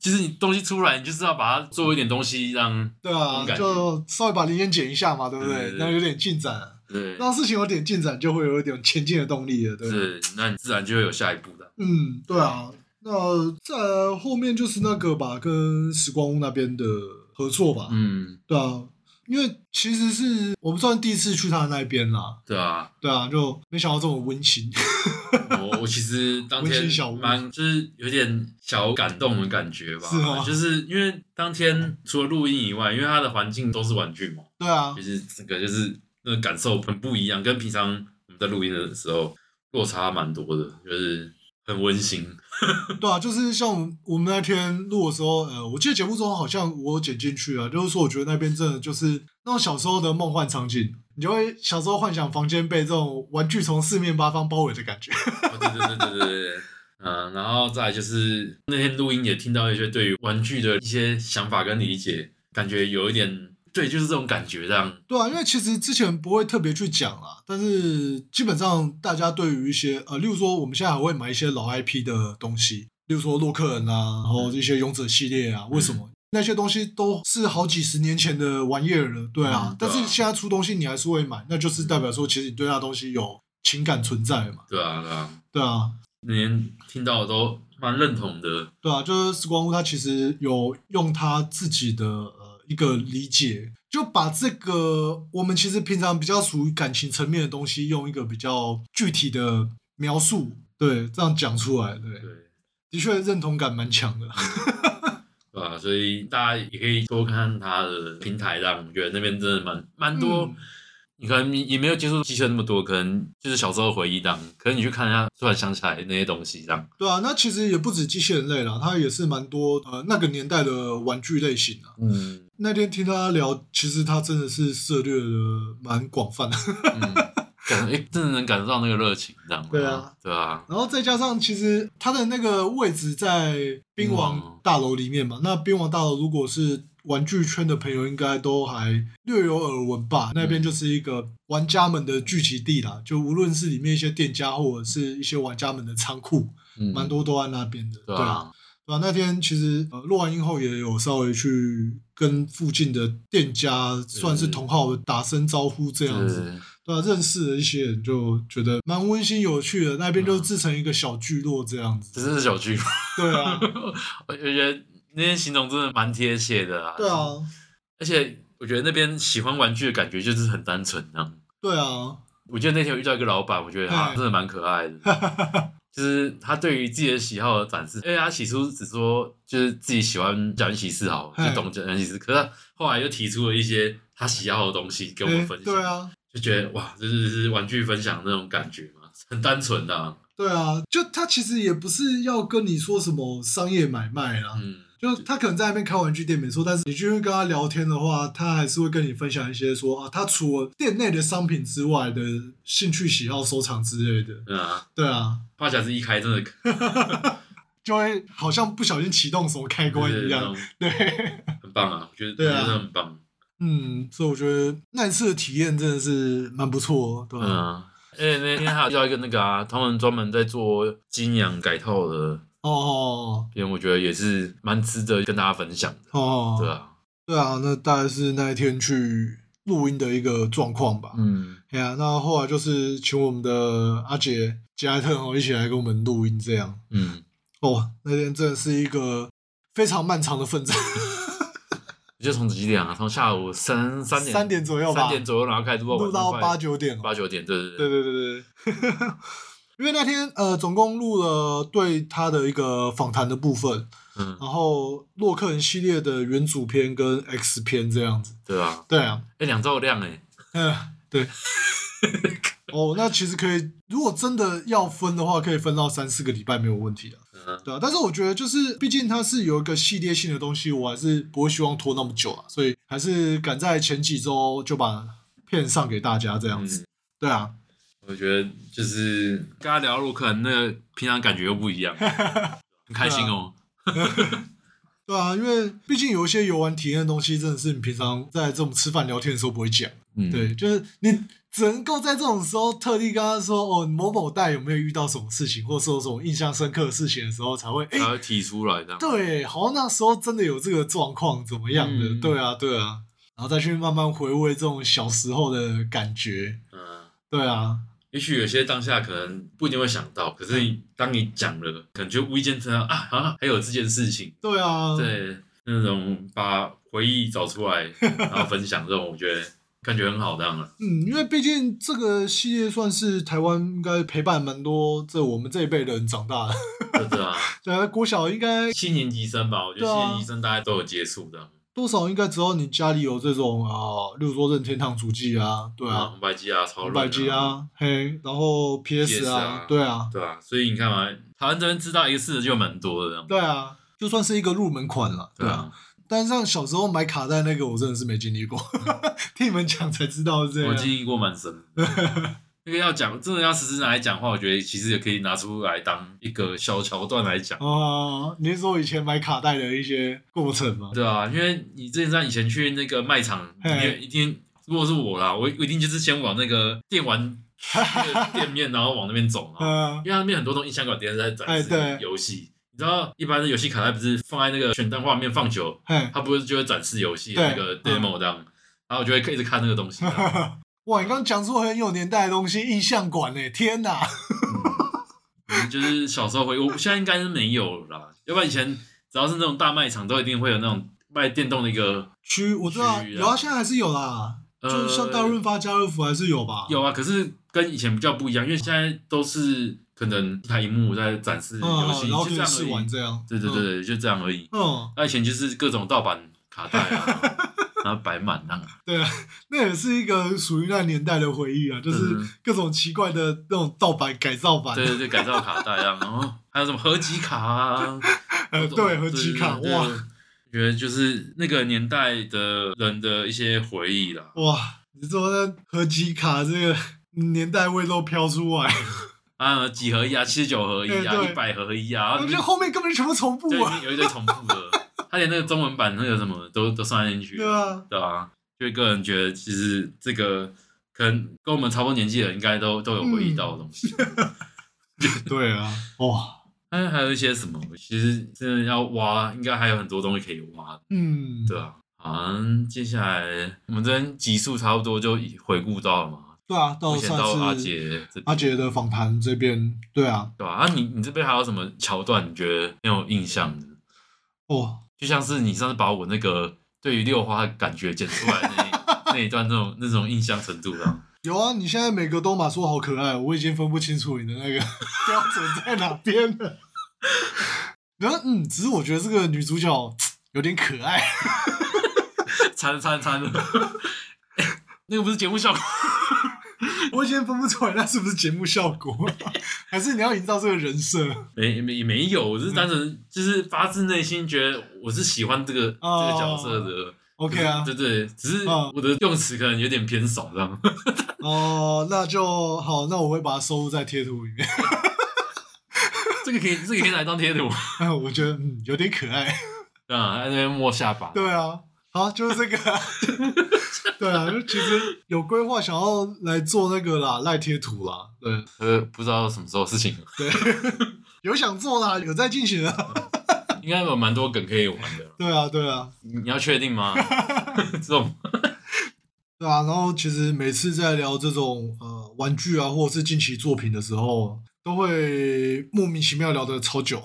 就是你东西出来，你就是要把它做一点东西让对那啊种，感觉就稍微把零件剪一下嘛，对不对对？对对那有点进展，对让事情有点进展，就会有一点前进的动力了，对。是，那你自然就会有下一步的。嗯，对啊。那在后面就是那个吧，跟时光屋那边的合作吧，嗯，对啊，因为其实是我们算第一次去他那边啦，对啊，对啊，就没想到这么温馨， 我我其实当温天馨小屋蛮就是有点小感动的感觉吧，是吗就是因为当天除了录音以外，因为它的环境都是玩具嘛，对啊就，是整个就是那个感受很不一样，跟平常我们在录音的时候落差蛮多的，就是很温馨。 对啊，就是像我们我们那天录的时候，呃，我记得节目中好像我有剪进去啊，就是说我觉得那边真的就是那种小时候的梦幻场景，你就会小时候幻想房间被这种玩具从四面八方包围的感觉。哦对对对对对对。嗯，然后再来就是那天录音也听到一些对于玩具的一些想法跟理解，感觉有一点对，就是这种感觉这样。对啊，因为其实之前不会特别去讲啦，但是基本上大家对于一些呃，例如说我们现在还会买一些老 IP 的东西，例如说洛克人啊，然后一些勇者系列啊，为什嗯么？那些东西都是好几十年前的玩意儿了，对啊，嗯对但啊是现在出东西你还是会买，那就是代表说其实你对那东西有情感存在嘛，对啊，对啊，对啊，那天听到都蛮认同的。对啊，就是时光屋，他其实有用他自己的呃一个理解，就把这个我们其实平常比较属于感情层面的东西，用一个比较具体的描述，对，这样讲出来，对，对，的确认同感蛮强的。 对啊，啊，所以大家也可以多看看他的平台啦。我觉得那边真的蛮蛮多。嗯你可能也没有接触机器人那么多，可能就是小时候回忆档，可能你去看一下，突然想起来那些东西这样。对啊，那其实也不止机器人类啦，它也是蛮多呃那个年代的玩具类型啊。嗯，那天听他聊，其实他真的是涉猎的蛮广泛的。嗯，感诶、真的能感受到那个热情，这样吗对啊，对啊，然后再加上，其实它的那个位置在冰冰王王大楼里面嘛。那冰王大楼如果是玩具圈的朋友，应该都还略有耳闻嗯吧？那边就是一个玩家们的聚集地啦，就无论是里面一些店家或者是一些玩家们的仓库，嗯，蛮多都在那边的。对对啊啊，对啊，那天其实呃录完音后也有稍微去跟附近的店家算是同好打声招呼这样子，是对啊，认识了一些人就觉得蛮温馨有趣的，那边嗯就自成一个小聚落这样子，这真是小剧，对啊，我觉得那些形容真的蛮贴切的啊。 对， 啊，而且我觉得那边喜欢玩具的感觉就是很单纯这样。对啊，我记得那天我遇到一个老板，我觉得他嗯真的蛮可爱的， 就是他对于自己的喜好的展示。因为他起初只说就是自己喜欢讲喜事好，就嗯懂讲喜事，可是他后来又提出了一些他喜好的东西跟我们诶分享。对啊，就觉得哇，这就是玩具分享那种感觉嘛，很单纯的、啊，对啊，就他其实也不是要跟你说什么商业买卖啦。嗯，就他可能在那边开玩具店没错，但是你去跟他聊天的话，他还是会跟你分享一些说啊，他除了店内的商品之外的兴趣喜好、收藏之类的。对啊，对啊，发夹子一开真的就会好像不小心启动什么开关一样。，对，很棒啊，我觉得对啊真的很棒，嗯，所以我觉得那一次的体验真的是蛮不错的，对啊吧、嗯。而且那天还有遇到一个那个啊，他们专门在做金羊改套的，哦因为我觉得也是蛮值得跟大家分享的，哦，对啊，对啊，那大概是那一天去录音的一个状况吧。嗯，哎呀、那后来就是请我们的阿杰杰特哦一起来跟我们录音这样。嗯，哦，那天真的是一个非常漫长的奋战， 我觉得从几点啊？从下午三三点三点左右吧三点左右，然后开始录录到八九九点哦。八九点，对对对对对对 对。因为那天呃，总共录了对他的一个访谈的部分，嗯，然后洛克人系列的原主篇跟 X 篇这样子。对啊，对啊，哎，两周量哎，嗯、对。 哦，那其实可以，如果真的要分的话，可以分到三四个礼拜没有问题的。嗯对啊，但是我觉得就是，毕竟它是有一个系列性的东西，我还是不会希望拖那么久啊，所以还是赶在前几周就把片上给大家这样子。嗯对啊，我觉得就是跟他聊洛克人，那个平常感觉又不 一样，很开心哦。对啊，因为毕竟有一些游玩体验的东西，真的是你平常在这种吃饭聊天的时候不会讲。嗯，对，就是你只能够在这种时候特地跟他说，哦，某某代有没有遇到什么事情，或者说什么印象深刻的事情的时候，才会哎、他会提出来这样。对，好像那时候真的有这个状况，怎么样的？嗯对啊，对啊，然后再去慢慢回味这种小时候的感觉。嗯，对啊，也许有些当下可能不一定会想到，可是你当你讲了，可能就无意间知道啊啊，还有这件事情。对啊，对，那种把回忆找出 来，然后分享这种，我觉得感觉很好，这样了。啊嗯，因为毕竟这个系列算是台湾应该陪伴蛮多这我们这一辈的人长大的。 对对啊，对啊，国小应该七年级生吧，我觉得对七啊年级生大家都有接触的。多少应该只要你家里有这种啊，例如说任天堂主机啊，对啊，五百 G 啊，超五人百 G，啊，嘿，然后 PS 啊，啊对啊，对啊，所以你看嘛，台湾这边知道一个事就蛮多的这样。对啊，就算是一个入门款了，对啊。，但是像小时候买卡带那个，我真的是没经历过， 听你们讲才知道是这我样。经历过蛮深的。啊那个要讲，真的要实质拿来讲的话，我觉得其实也可以拿出来当一个小桥段来讲，哦，你是说以前买卡带的一些过程吗？对啊，因为你之前像以前去那个卖场，嘿你一定如果是我啦，我我一定就是先往那个 电玩那个店面，然后往那边走，然后嗯，因为它那边很多东西香港店在展哎示对游戏。你知道一般的游戏卡带不是放在那个选单画面放久，嘿，它不是就会展示游戏的对那个嗯 demo 这样，然后我就会一直看那个东西。啊这样 哇，你刚讲出很有年代的东西，印象馆呢？天哪！嗯就是小时候会，我现在应该是没有了啦，要不然以前只要是那种大卖场，都一定会有那种卖电动的一个，区我知道，区域啊有啊，现在还是有啦，呃就像大润发、家乐福还是有吧？有啊，可是跟以前比较不一样，因为现在都是可能一台荧幕在展示游戏，嗯，然后就可以这样试而玩已。这样，对对对对，就这样而已。啊嗯，嗯，那以前就是各种盗版卡带 啊，然后摆满那，对啊，那也是一个属于那年代的回忆啊，就是嗯各种奇怪的那种盗版、改造版，对对对，改造卡带啊，然后还有什么合集卡啊，呃， 对，和集卡，对对对哇对觉得就是那个年代的人的一些回忆啦。哇，你说那和集卡这个 年代味都飘出来，啊，几合一啊，七十九合一对啊，对一百合一啊，我觉得后面根本全部重复对，啊，有一堆 重复的，他连那个中文版那个什么都都算进去，对啊，对啊，就个人觉得其实这个可能跟我们差不多年纪的人应该都都有回忆到的东西。嗯对啊，哇， 但是还有一些什么，其实真的要挖，应该还有很多东西可以挖，嗯，对啊。好，接下来我们这边集数差不多就已回顾到了嘛，对啊，到目前到阿算是杰这边阿杰的访谈这边，对啊，对吧、啊？你你这边还有什么桥段你觉得很有印象的？哦，就像是你上次把我那个对于六花的感觉剪出来那 那一段那种那种印象程度了。有啊，你现在每个都马说好可爱，我已经分不清楚你的那 个标准在哪边了。 然后，嗯，只是我觉得这个女主角有点可爱，惨惨惨了。 那个不是节目效果， 我已经分不出来那是不是节目效果， 还是你要营造这个人设？没没没有，我是单纯就是发自内心觉得我是喜欢这个、哦这个角色的。 OK 啊对对，对只是嗯我的用词可能有点偏少 这样。哦，那就好，那我会把它收录在贴图里面。 这个可以，这个可以来当贴图，我觉得嗯有点可爱，对啊，在那边摸下巴。对啊，好就是 这个啊、对啊，就其实有规划想要来做那个啦，赖贴图啦，对呃，不知道什么时候的事情，对，有想做啦，有在进行啊，应该有蛮多梗可以玩的。对啊对啊你你要确 定吗？这种对啊，然后其实每次在聊这种呃玩具啊或者是近期作品的时候，都会莫名其妙聊得超久。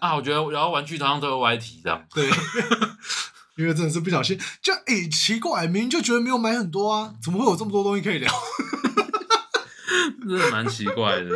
啊，我觉得然后玩具常常都有歪题这 样。对， 因为真的是不小心，就诶、奇怪，明明就觉得没有买很多啊，怎么会有这么多东西可以聊？ 真的蛮奇怪的。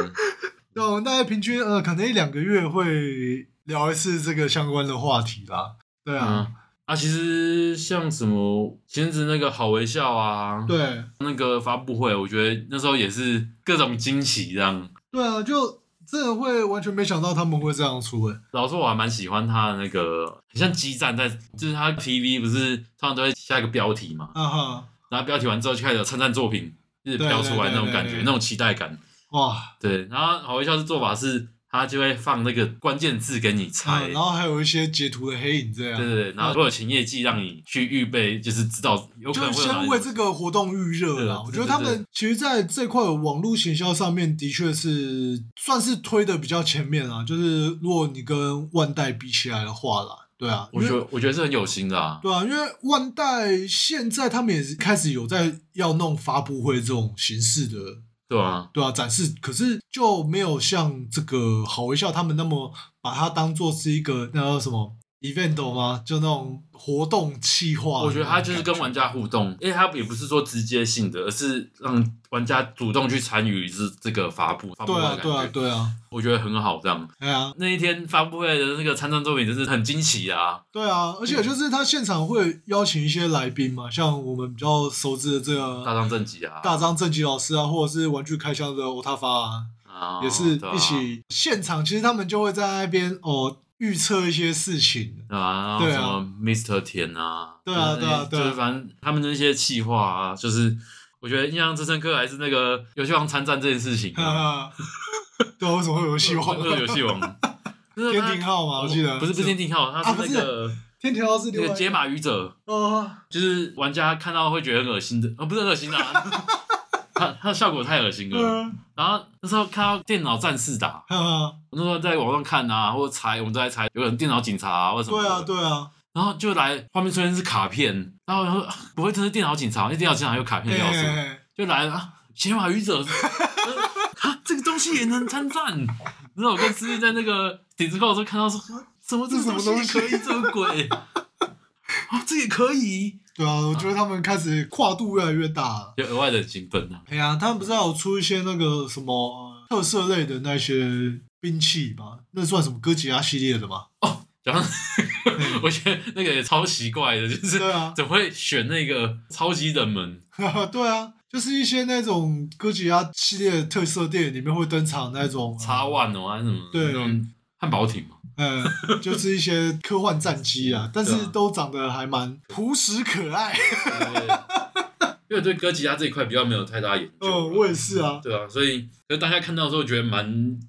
那我们大概平均呃，可能一两个月会聊一次这个相关的话题啦。 对啊，嗯啊，其实像什么前子那个好微笑啊，对那个发布会，我觉得那时候也是各种惊喜这样。对啊，就真的会完全没想到他们会这样出欸诶、老实说，我还蛮喜欢他的那个，很像激战在，就是他 PV 不是通常都会下一个标题嘛，啊哈，然后标题完之后就开始有参战作品，就是对标出来那种对对感对觉，对那种期待感。哇，对，然后好微笑的做法是，他就会放那个关键字给你猜嗯，然后还有一些截图的黑影这样对。对对，然后嗯会有情业记让你去预备，就是知道有可就能是会有哪先里为这个活动预热对啦啊，我对觉得对他对们其实在这块网络行销上面的确是算是推的比较前面啊，就是如果你跟万代比起来的话啦，对啊，我觉因为得我觉得是很有心的啊。对啊，因为万代现在他们也是开始有在要弄发布会这种形式的，对啊，对啊，展示，可是就没有像这个好微笑他们那么把它当做是一个那叫什么 event 吗？就那种活动企划，我觉得他就是跟玩家互动，因为他也不是说直接性的，而是让玩家主动去参与这这个发布发布对会啊的感觉。对啊对啊，我觉得很好这样。哎呀。那一天发布会的那个参战作品真是很惊喜啊！对啊，而且就是他现场会邀请一些来宾嘛，像我们比较熟知的这大个张正极啊，大张正吉老师啊，或者是玩具开箱的欧塔发啊，啊也是对啊一起现场。其实他们就会在那边哦预测一些事情。对啊，然后对啊什么 Mr 田啊，对啊就是对啊对啊就是反正他们那些企划啊，就是我觉得印象最深刻还是那个游戏王参战这件事情、哈啊，哈， 对啊，为什么会有游戏王 那？个游 戏王，那个天他哦庭号啊嘛，我记得不是不是天庭号，它啊不是是那个、天庭号是那另个外解码愚者，哦，就是玩家看到会觉得很恶心的，啊不是很恶心啊，它它的效果太恶心了。嗯，然后那时候看到电脑战士打，哈哈，我那时候在网上看啊，或者猜，我们都在猜，有可能电脑警察啊，或者什么对的啊对啊，然后就来画面出现是卡片，然后我想说啊不会真的是电脑警察，因为电脑警察有卡片嘿的要素，嘿嘿，就来了啊解码愚者，呃啊这个东西也能参战。然后我跟司机在那个顶子扣的时候看到说，啊怎么这个这什么东西东西可以这么鬼？啊，这也可以，对啊，我觉得他们开始跨度越来越大了。就额外的很兴奋啊。哎呀，他们不是还有出一些那个什么特色类的那些兵器吧，那算什么哥吉拉系列的吗？ 然后 我觉得那个也超奇怪的，就是嗯对啊，怎么会选那个超级冷门？对啊，就是一些那种哥吉拉系列的特色电影里面会登场那种呃叉，万哦，还是什么？对那种汉堡艇嘛。呃，就是一些科幻战机 啊，但对是啊都长得还蛮朴实可 爱。因为对哥吉拉这一块比较没有太大研究，嗯，我也是 啊，对啊，所以可是大家看到的时候觉得蛮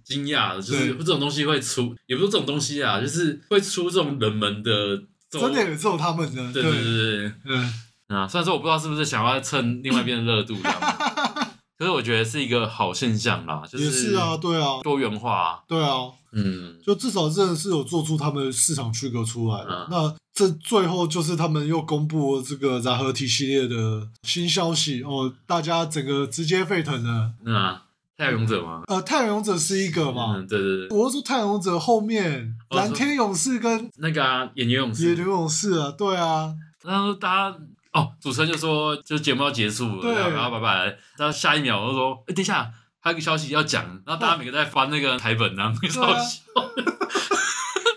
惊讶的，就是对这种东西会出，也不是这种东西啊，就是会出这种冷门的周，真的也只有他们呢。啊对对对对。嗯，啊，虽然说我不知道是不是想要蹭另外一边的热度 这样子，可是我觉得是一个好现象啦，就也是啊，对啊，多元化，对啊，嗯，就至少真的是有做出他们市场区隔出来了。嗯那这最后就是他们又公布了这个杂合体系列的新消息哦，大家整个直接沸腾了。那、太阳勇者嘛，呃，太阳勇者是一个嘛，嗯，对对对，我是说太阳勇者后面哦蓝天勇士跟那个啊，演员勇野士牛，勇士啊，对 啊，然后大家。哦，主持人就说就节目要结束了，对这样然后拜拜。然后下一秒我就说，哎、等一下，还有个消息要讲。然后大家每个在翻那个台本啊，啊超笑，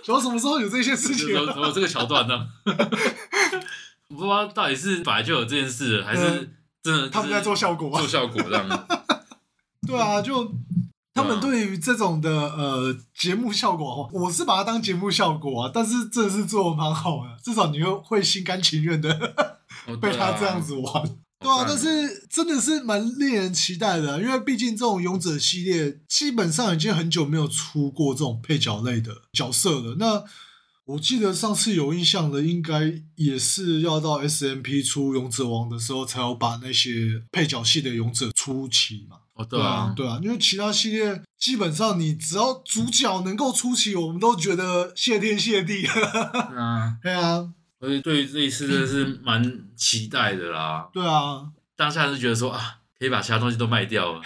主要什么时候有这些事就是情有啊、有这个桥段呢。 我不知道到底是本来就有这件事，还是嗯真的、他们在做效果啊做效果这样。 对啊，就。他们对于这种的呃节目效果，哦我是把它当节目效果啊，但是真的是做的蛮好的，至少你会会心甘情愿的哦 被对他啊这样子玩。 对好啊，赞哦但是真的是蛮令人期待的啊，因为毕竟这种勇者系列基本上已经很久没有出过这种配角类的角色了。那我记得上次有印象的，应该也是要到 S M P 出勇者王的时候，才有把那些配角系的勇者出齐嘛。哦，对啊，对啊，因为其他系列基本上你只要主角能够出齐，我们都觉得谢天谢地。 啊，对啊，所以对于这一次真的是蛮期待的啦。对啊，当下是觉得说啊，可以把其他东西都卖 掉了，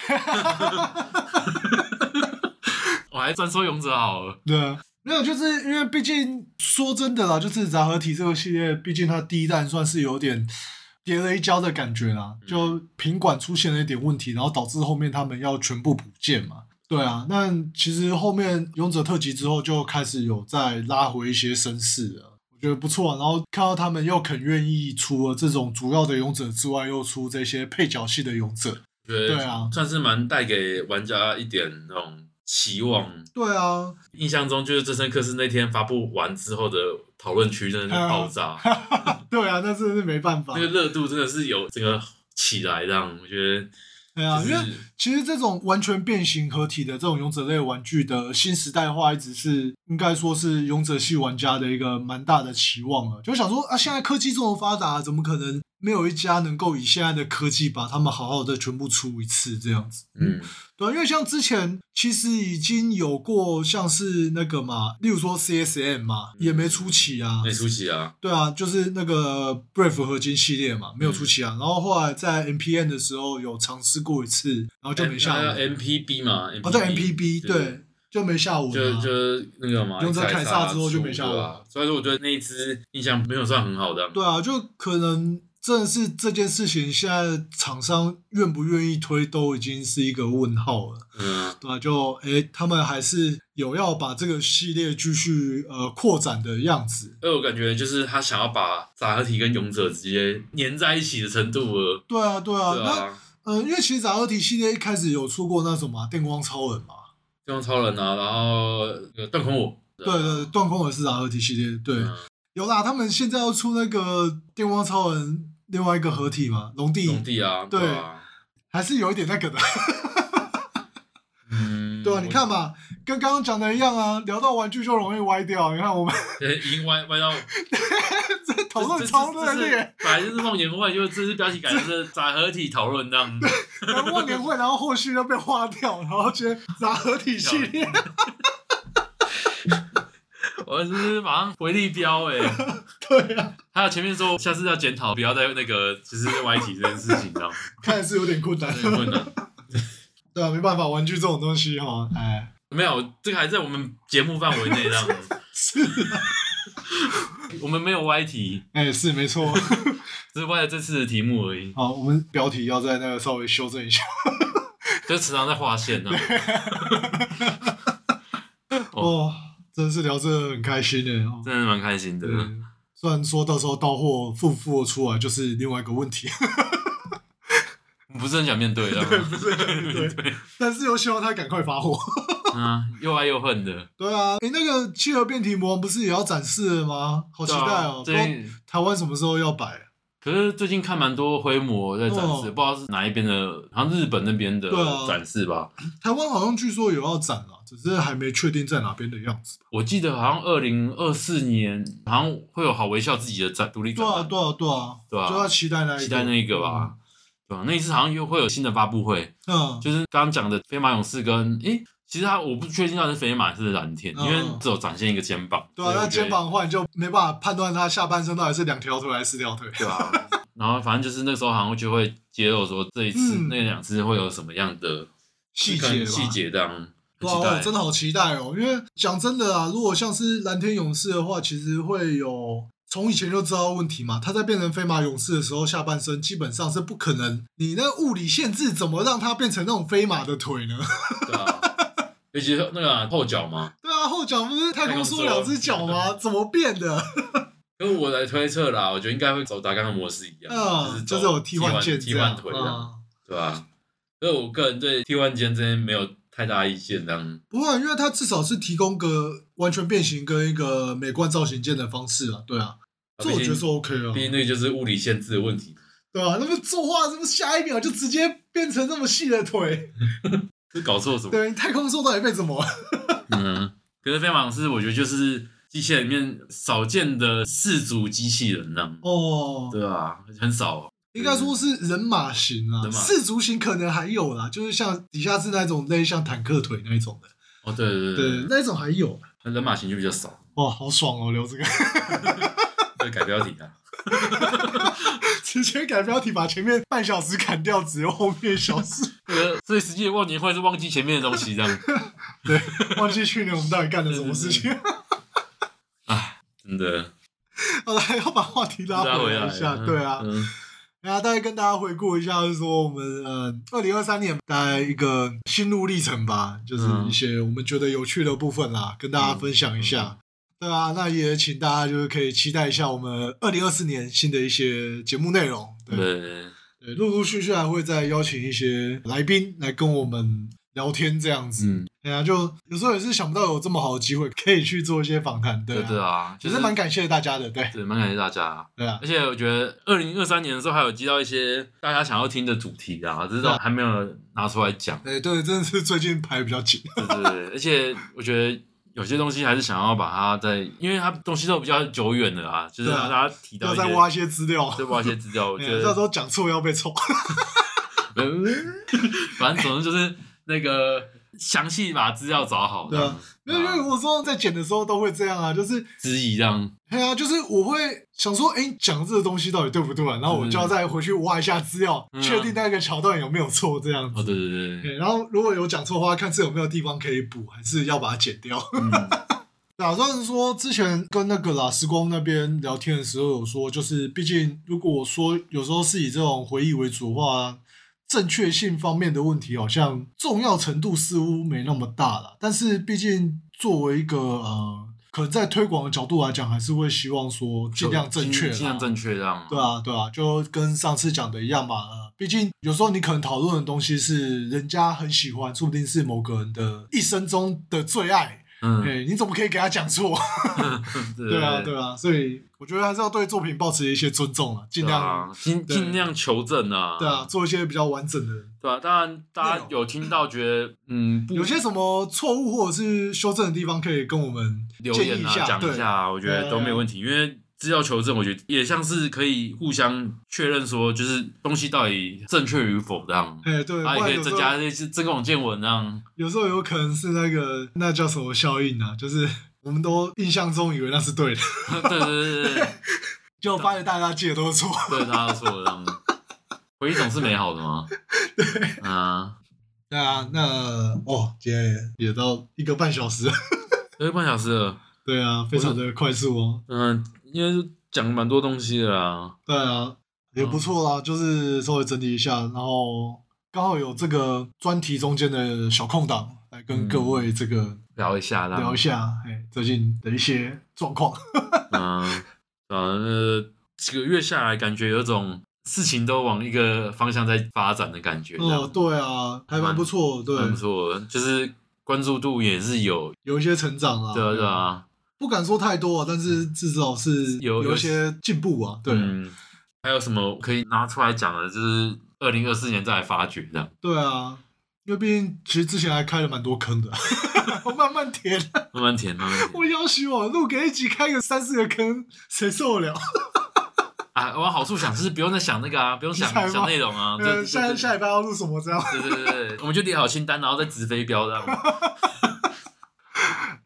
我还专收勇者好了。对啊，没有，就是因为毕竟说真的啦，就是杂合体这个系列，毕竟它第一弹算是有点跌了一跤的感觉啦，嗯就品管出现了一点问题，然后导致后面他们要全部补建嘛。对啊，那其实后面勇者特辑之后就开始有再拉回一些绅士了。我觉得不错、啊，然后看到他们又肯愿意除了这种主要的勇者之外，又出这些配角系的勇者。觉对得啊，算是蛮带给玩家一点那种期望。对啊，印象中就是《真身克斯》那天发布完之后的讨论区真的是嗯爆炸， 对啊，那真的是没办法那。个热度真的是有这个起来，这样我觉得对啊，就因是为其实这种完全变形合体的这种勇者类玩具的新时代化，一直是应该说是勇者系玩家的一个蛮大的期望了。就想说啊，现在科技这么发达，怎么可能没有一家能够以现在的科技把他们好好的全部出一次这样子？嗯，对啊、因为像之前其实已经有过像是那个嘛，例如说 CSM 嘛，也没出齐啊，没出息啊，对啊，就是那个 Brave 合金系列嘛，没嗯有出齐啊。然后后来在 MPN 的时候有尝试过一次，然后就没哎呃下文。 MPB 嘛，哦，对 MPB 对，就没下文就啊。就那个嘛，勇者凯撒之后就没下下文了了。所以啊说，我觉得那一支印象没有算很好的。对啊，就可能真的是这件事情，现在厂商愿不愿意推都已经是一个问号了。嗯，对啊，就诶，他们还是有要把这个系列继续呃扩展的样子。因为我感觉就是他想要把杂合体跟勇者直接粘在一起的程度了。对啊，对啊，对那啊，嗯、呃因为其实杂合体系列一开始有出过那什么啊、电光超人嘛，电光超人啊，然后那个断空我。对对，对，断空也是 R T 系列，对，啊嗯有啦，他们现在要出那个电光超人另外一个合体嘛，龙帝，龙帝啊，对啊，还是有一点那个的，嗯，对啊，你看嘛，跟刚刚讲的一样啊，聊到玩具就容易歪掉，你看我们 我，已经歪歪到这讨论超热，这这这烈，是本来就是梦年会，就这是标题改成是杂合体讨论这样。然后忘年会，然后后续又被划掉，然后觉得拿合体系列，我是马上回力标哎、欸。对啊，还有前面说下次要检讨，不要再那个就是歪题这件事情，你知道吗？看来是有点困难，很困难。 对啊，没办法，玩具这种东西哈，哎，没有，这个还在我们节目范围内，这样子是啊，我们没有歪题，哎，是没错， 只是歪了这次的题目而已。好，我们标题要在那个稍微修正一下，就是时常在划线呢、啊。哦哦，真是聊这个很开心的哦。真的蛮开心的对。，嗯虽然说到时候到货付不付得出来就是另外一个问 题，不是很想面对啊的，不是 对，但是又希望他赶快发货。啊，又爱又恨的，对啊，诶，那个七合变体魔王不是也要展示了吗？好期待哦！不对知道啊最近台湾什么时候要摆？可是最近看蛮多灰模在展示，哦不知道是哪一边的，好像日本那边的对啊展示吧。台湾好像据说有要展了，只是还没确定在哪边的样子。我记得好像二零二四年，好像会有好微笑自己的展独立对展啊，览，对啊，对啊，对啊就要期待那一个期待那一个吧。对啊吧？那一次好像又会有新的发布会，嗯，就是刚刚讲的飞马勇士跟诶，其实他我不确定到底是飞马还是蓝天，嗯因为只有展现一个肩膀。对啊，所那以我觉得肩膀换就没办法判断他下半身到底是两条腿还是四条腿。对吧、 然后反正就是那时候好像就会揭露说这一次、嗯那两次会有什么样的细可节能吧细，节这样。很期哇，待，我真的好期待哦！因为讲真的啊，如果像是蓝天勇士的话，其实会有从以前就知道的问题嘛。他在变成飞马勇士的时候，下半身基本上是不可能，你那物理限制怎么让它变成那种飞马的腿呢？ 对啊，尤其是那个啊、后脚嘛。对啊，后脚不是太空太空梭梭两只脚吗？怎么变的？因为我来推测啦，我觉得应该会走达刚的模式一样，嗯，就就是是有走替换换键替这样换腿这样，嗯对吧？所以我个人对替换肩这边没有太大意见，这样不会，因为它至少是提供个完全变形跟一个美观造型件的方式啊，对啊，这我觉得是 OK 啊毕，竟那个就是物理限制的问题，对啊，那么作画是不是下一秒就直接变成那么细的腿？是搞错什么？对，啊太空梭到底变什么？嗯，可是飞马是我觉得就是机器人里面少见的四足机器人呢，哦，对啊，很少，应该说是人马型啊，人马四足型可能还有啦，就是像底下是那种类似像坦克腿那一种的，哦，对对对，那一种还有。那人马型就比较少，哇，好爽哦！留这个， 对，改标题啊，直接改标题，把前面半小时砍掉，只用后面小时。 那个所以实际的忘年会是忘记前面的东西这样，对，忘记去年我们到底干了什么事情。真的好了，要把话题 拉拉回回来来一下，嗯对啊，嗯然后大概跟大家回顾一下，就是说我们呃，二零二三年大概一个心路历程吧，就是嗯一些我们觉得有趣的部分啦，跟大家分享一下。对啊，那也请大家就是可以期待一下我们二零二四年新的一些节目内容。对，对。对陆陆续续还会再邀请一些来宾来跟我们聊天这样子。嗯，哎呀、就有时候也是想不到有这么好的机会可以去做一些访谈，对对啊，对啊，也就是是蛮感谢大家的，对对蛮感谢大家。对啊。。而且我觉得二零二三年的时候还有接到一些大家想要听的主题啊，只是都还没有拿出来讲哎，对，真的是最近排比较紧。对对对，而且我觉得有些东西还是想要把它在，因为它东西都比较久远的啊，就是对啊让大家提到要一些再，挖一些资料，再挖一些资 料。我哎觉呀到时得，呃候讲错要被抽。 反正总之就是那个详细把资料找好。对啊这没有，样，因为啊我说在剪的时候都会这样啊，就是，质疑这样。哎呀、就是我会想说，哎，讲这个东西到底对不对啊？然后我就要再回去挖一下资料，嗯确定那个桥段有没有错，这样哦，子。对对对对，对然后如果有讲错的话，看是有没有地方可以补，还是要把它剪掉。嗯，打算啊说之前跟那个啦时光那边聊天的时候有说，就是毕竟如果说有时候是以这种回忆为主的话，正确性方面的问题好像重要程度似乎没那么大了。但是毕竟作为一个呃，可能在推广的角度来讲，还是会希望说 尽量正确啦，尽量正确这样。对啊，对啊，就跟上次讲的一样嘛。呃，毕竟有时候你可能讨论的东西是人家很喜欢，说不定是某个人的一生中的最爱。嗯，哎、你怎么可以给他讲错？对对啊，对啊，所以我觉得还是要对作品保持一些尊重啊，尽量啊尽对尽量求证啊，对啊，，做一些比较完整的。对啊。当然，大内家容有听到觉得嗯，不有些什么错误或者是修正的地方，可以跟我们留建言议一啊下。讲对一下啊，我觉对得都没对有问题，因为资料求证，我觉得也像是可以互相确认说，就是东西到底正确与否这样。哎、对，啊，不然也可以有时增候加一些增广见闻这样。 有时候有可能是那个那叫什么效应啊，就是我们都印象中以为那是对的， 对对对对对，结果发现大家记得都是错。 对大家都说的这样。回忆总是美好 的嘛。对啊，对啊，那哦，今天也到一个半小时，一个半小时了，对啊，非常的快速哦。嗯，因为讲了蛮多东西的啦。嗯对啊，也不错啦，就是稍微整理一下，然后刚好有这个专题中间的小空档，来跟各嗯位这个聊一下啦，聊一下，哎、最近的一些状况。嗯，对啊，呃，几个月下来，感觉有种事情都往一个方向在发展的感觉，这样哦，对啊，还蛮不错，对，蛮不错的，就是关注度也是有，有一些成长啊。对啊，对啊，不敢说太多啊，但是至少是有有一些进步啊。对，嗯，还有什么可以拿出来讲的？就是二零二四年再来发掘这样，对啊，因为毕竟其实之前还开了蛮多坑的， 我慢慢填。慢慢填，慢慢填 我要求我录给一集开个三四个坑，谁受得了？啊，往好处想，就是不用再想那个啊，不用想题材吗想内容啊，对呃，对 下对下礼拜要录什么这样？对对对对，我们就列好清单，然后再直飞镖这样。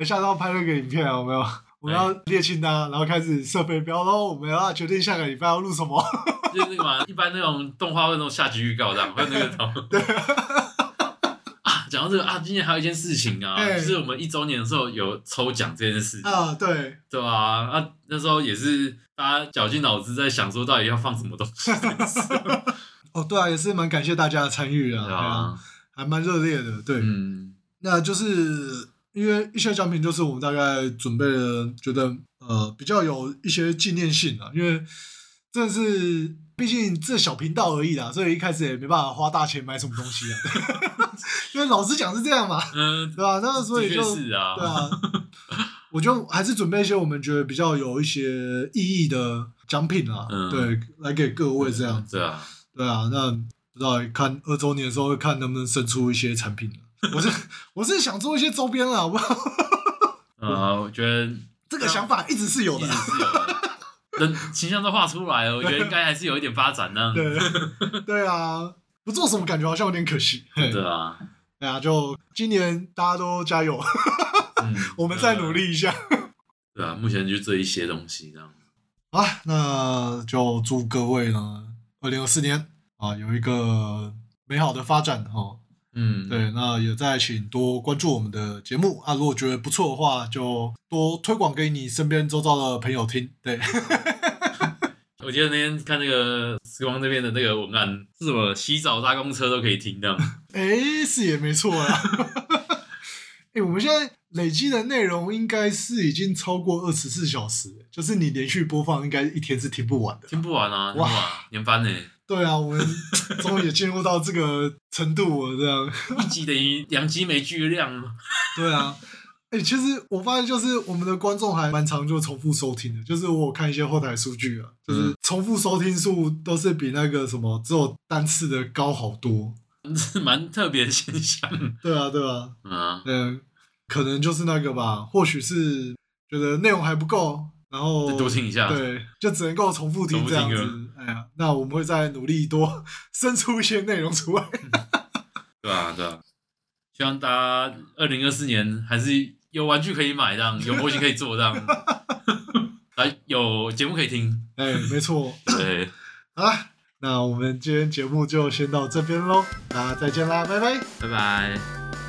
下周要拍那个影片啊，有没有？ 我们要列清单啊，然后开始设备标，然后我们要决定下个礼拜要录什么。 就是那个嘛，一般那种动画会那种下集预告这样，会有那个头。 啊，讲到这个啊，今年还有一件事情啊，哎就是我们一周年的时候有抽奖这件事，啊，对，对吧、啊？那时候也是大家绞尽脑汁在想说到底要放什么东 西，对啊哦，对啊，也是蛮感谢大家的参与啊，对啊，啊？还蛮热烈的，对。嗯，那就是因为一些奖品，就是我们大概准备了，觉得呃比较有一些纪念性啊，因为这是毕竟这小频道而已啦，所以一开始也没办法花大钱买什么东西啊。 因为老实讲是这样嘛，嗯，对吧？那所以的就确是啊，对啊，我就还是准备一些我们觉得比较有一些意义的奖品啊，嗯对，来给各位这样子。对啊，对啊，那不知道看二周年的时候，看能不能生出一些产品 啊我是我是想做一些周边啦，我 啊，我觉得一这个想法一直是有直的。是有的。人形象都画出来了，我觉得应该还是有一点发展呢。对 对啊，不做什么感觉好像有点可惜。嘿对啊，对啊，就今年大家都加油， 嗯，我们再努力一下。对啊，目前就这一些东西这样。好啊，那就祝各位呢，二零二四年啊有一个美好的发展哦。嗯，对，那也再请多关注我们的节目啊，如果觉得不错的话，就多推广给你身边周遭的朋友听。对， 我记得那天看那个时光这边的那个文案，是什么洗澡搭公车都可以 听的，哎，是也没错啦。 哎，我们现在累积的内容应该是已经超过二十四小时，就是你连续播放，应该一天是听不完的。听不完啊，听不哇完，年番呢、对啊，我们终于也进入到这个程度了，这样。一集等于两集没剧量， 对啊，哎、其实我发现就是我们的观众还蛮常就重复收听的，就是我有看一些后台数据啊，就是嗯重复收听数都是比那个什么只有单次的高好多。是蛮特别的现 象。对啊，对啊，嗯啊，嗯，可能就是那个吧，或许是觉得内容还不够，然后再多听一下对，就只能够重复听重复这听样歌子。哎呀，那我们会再努力多 生出一些内容出来。对啊，对啊，希望大家二零二四年还是有玩具可以买，这样有模型可以做，这样， 来有节目可以听，哎，没错。对，好啦，那我们今天节目就先到这边喽，大家再见啦，拜拜。拜拜。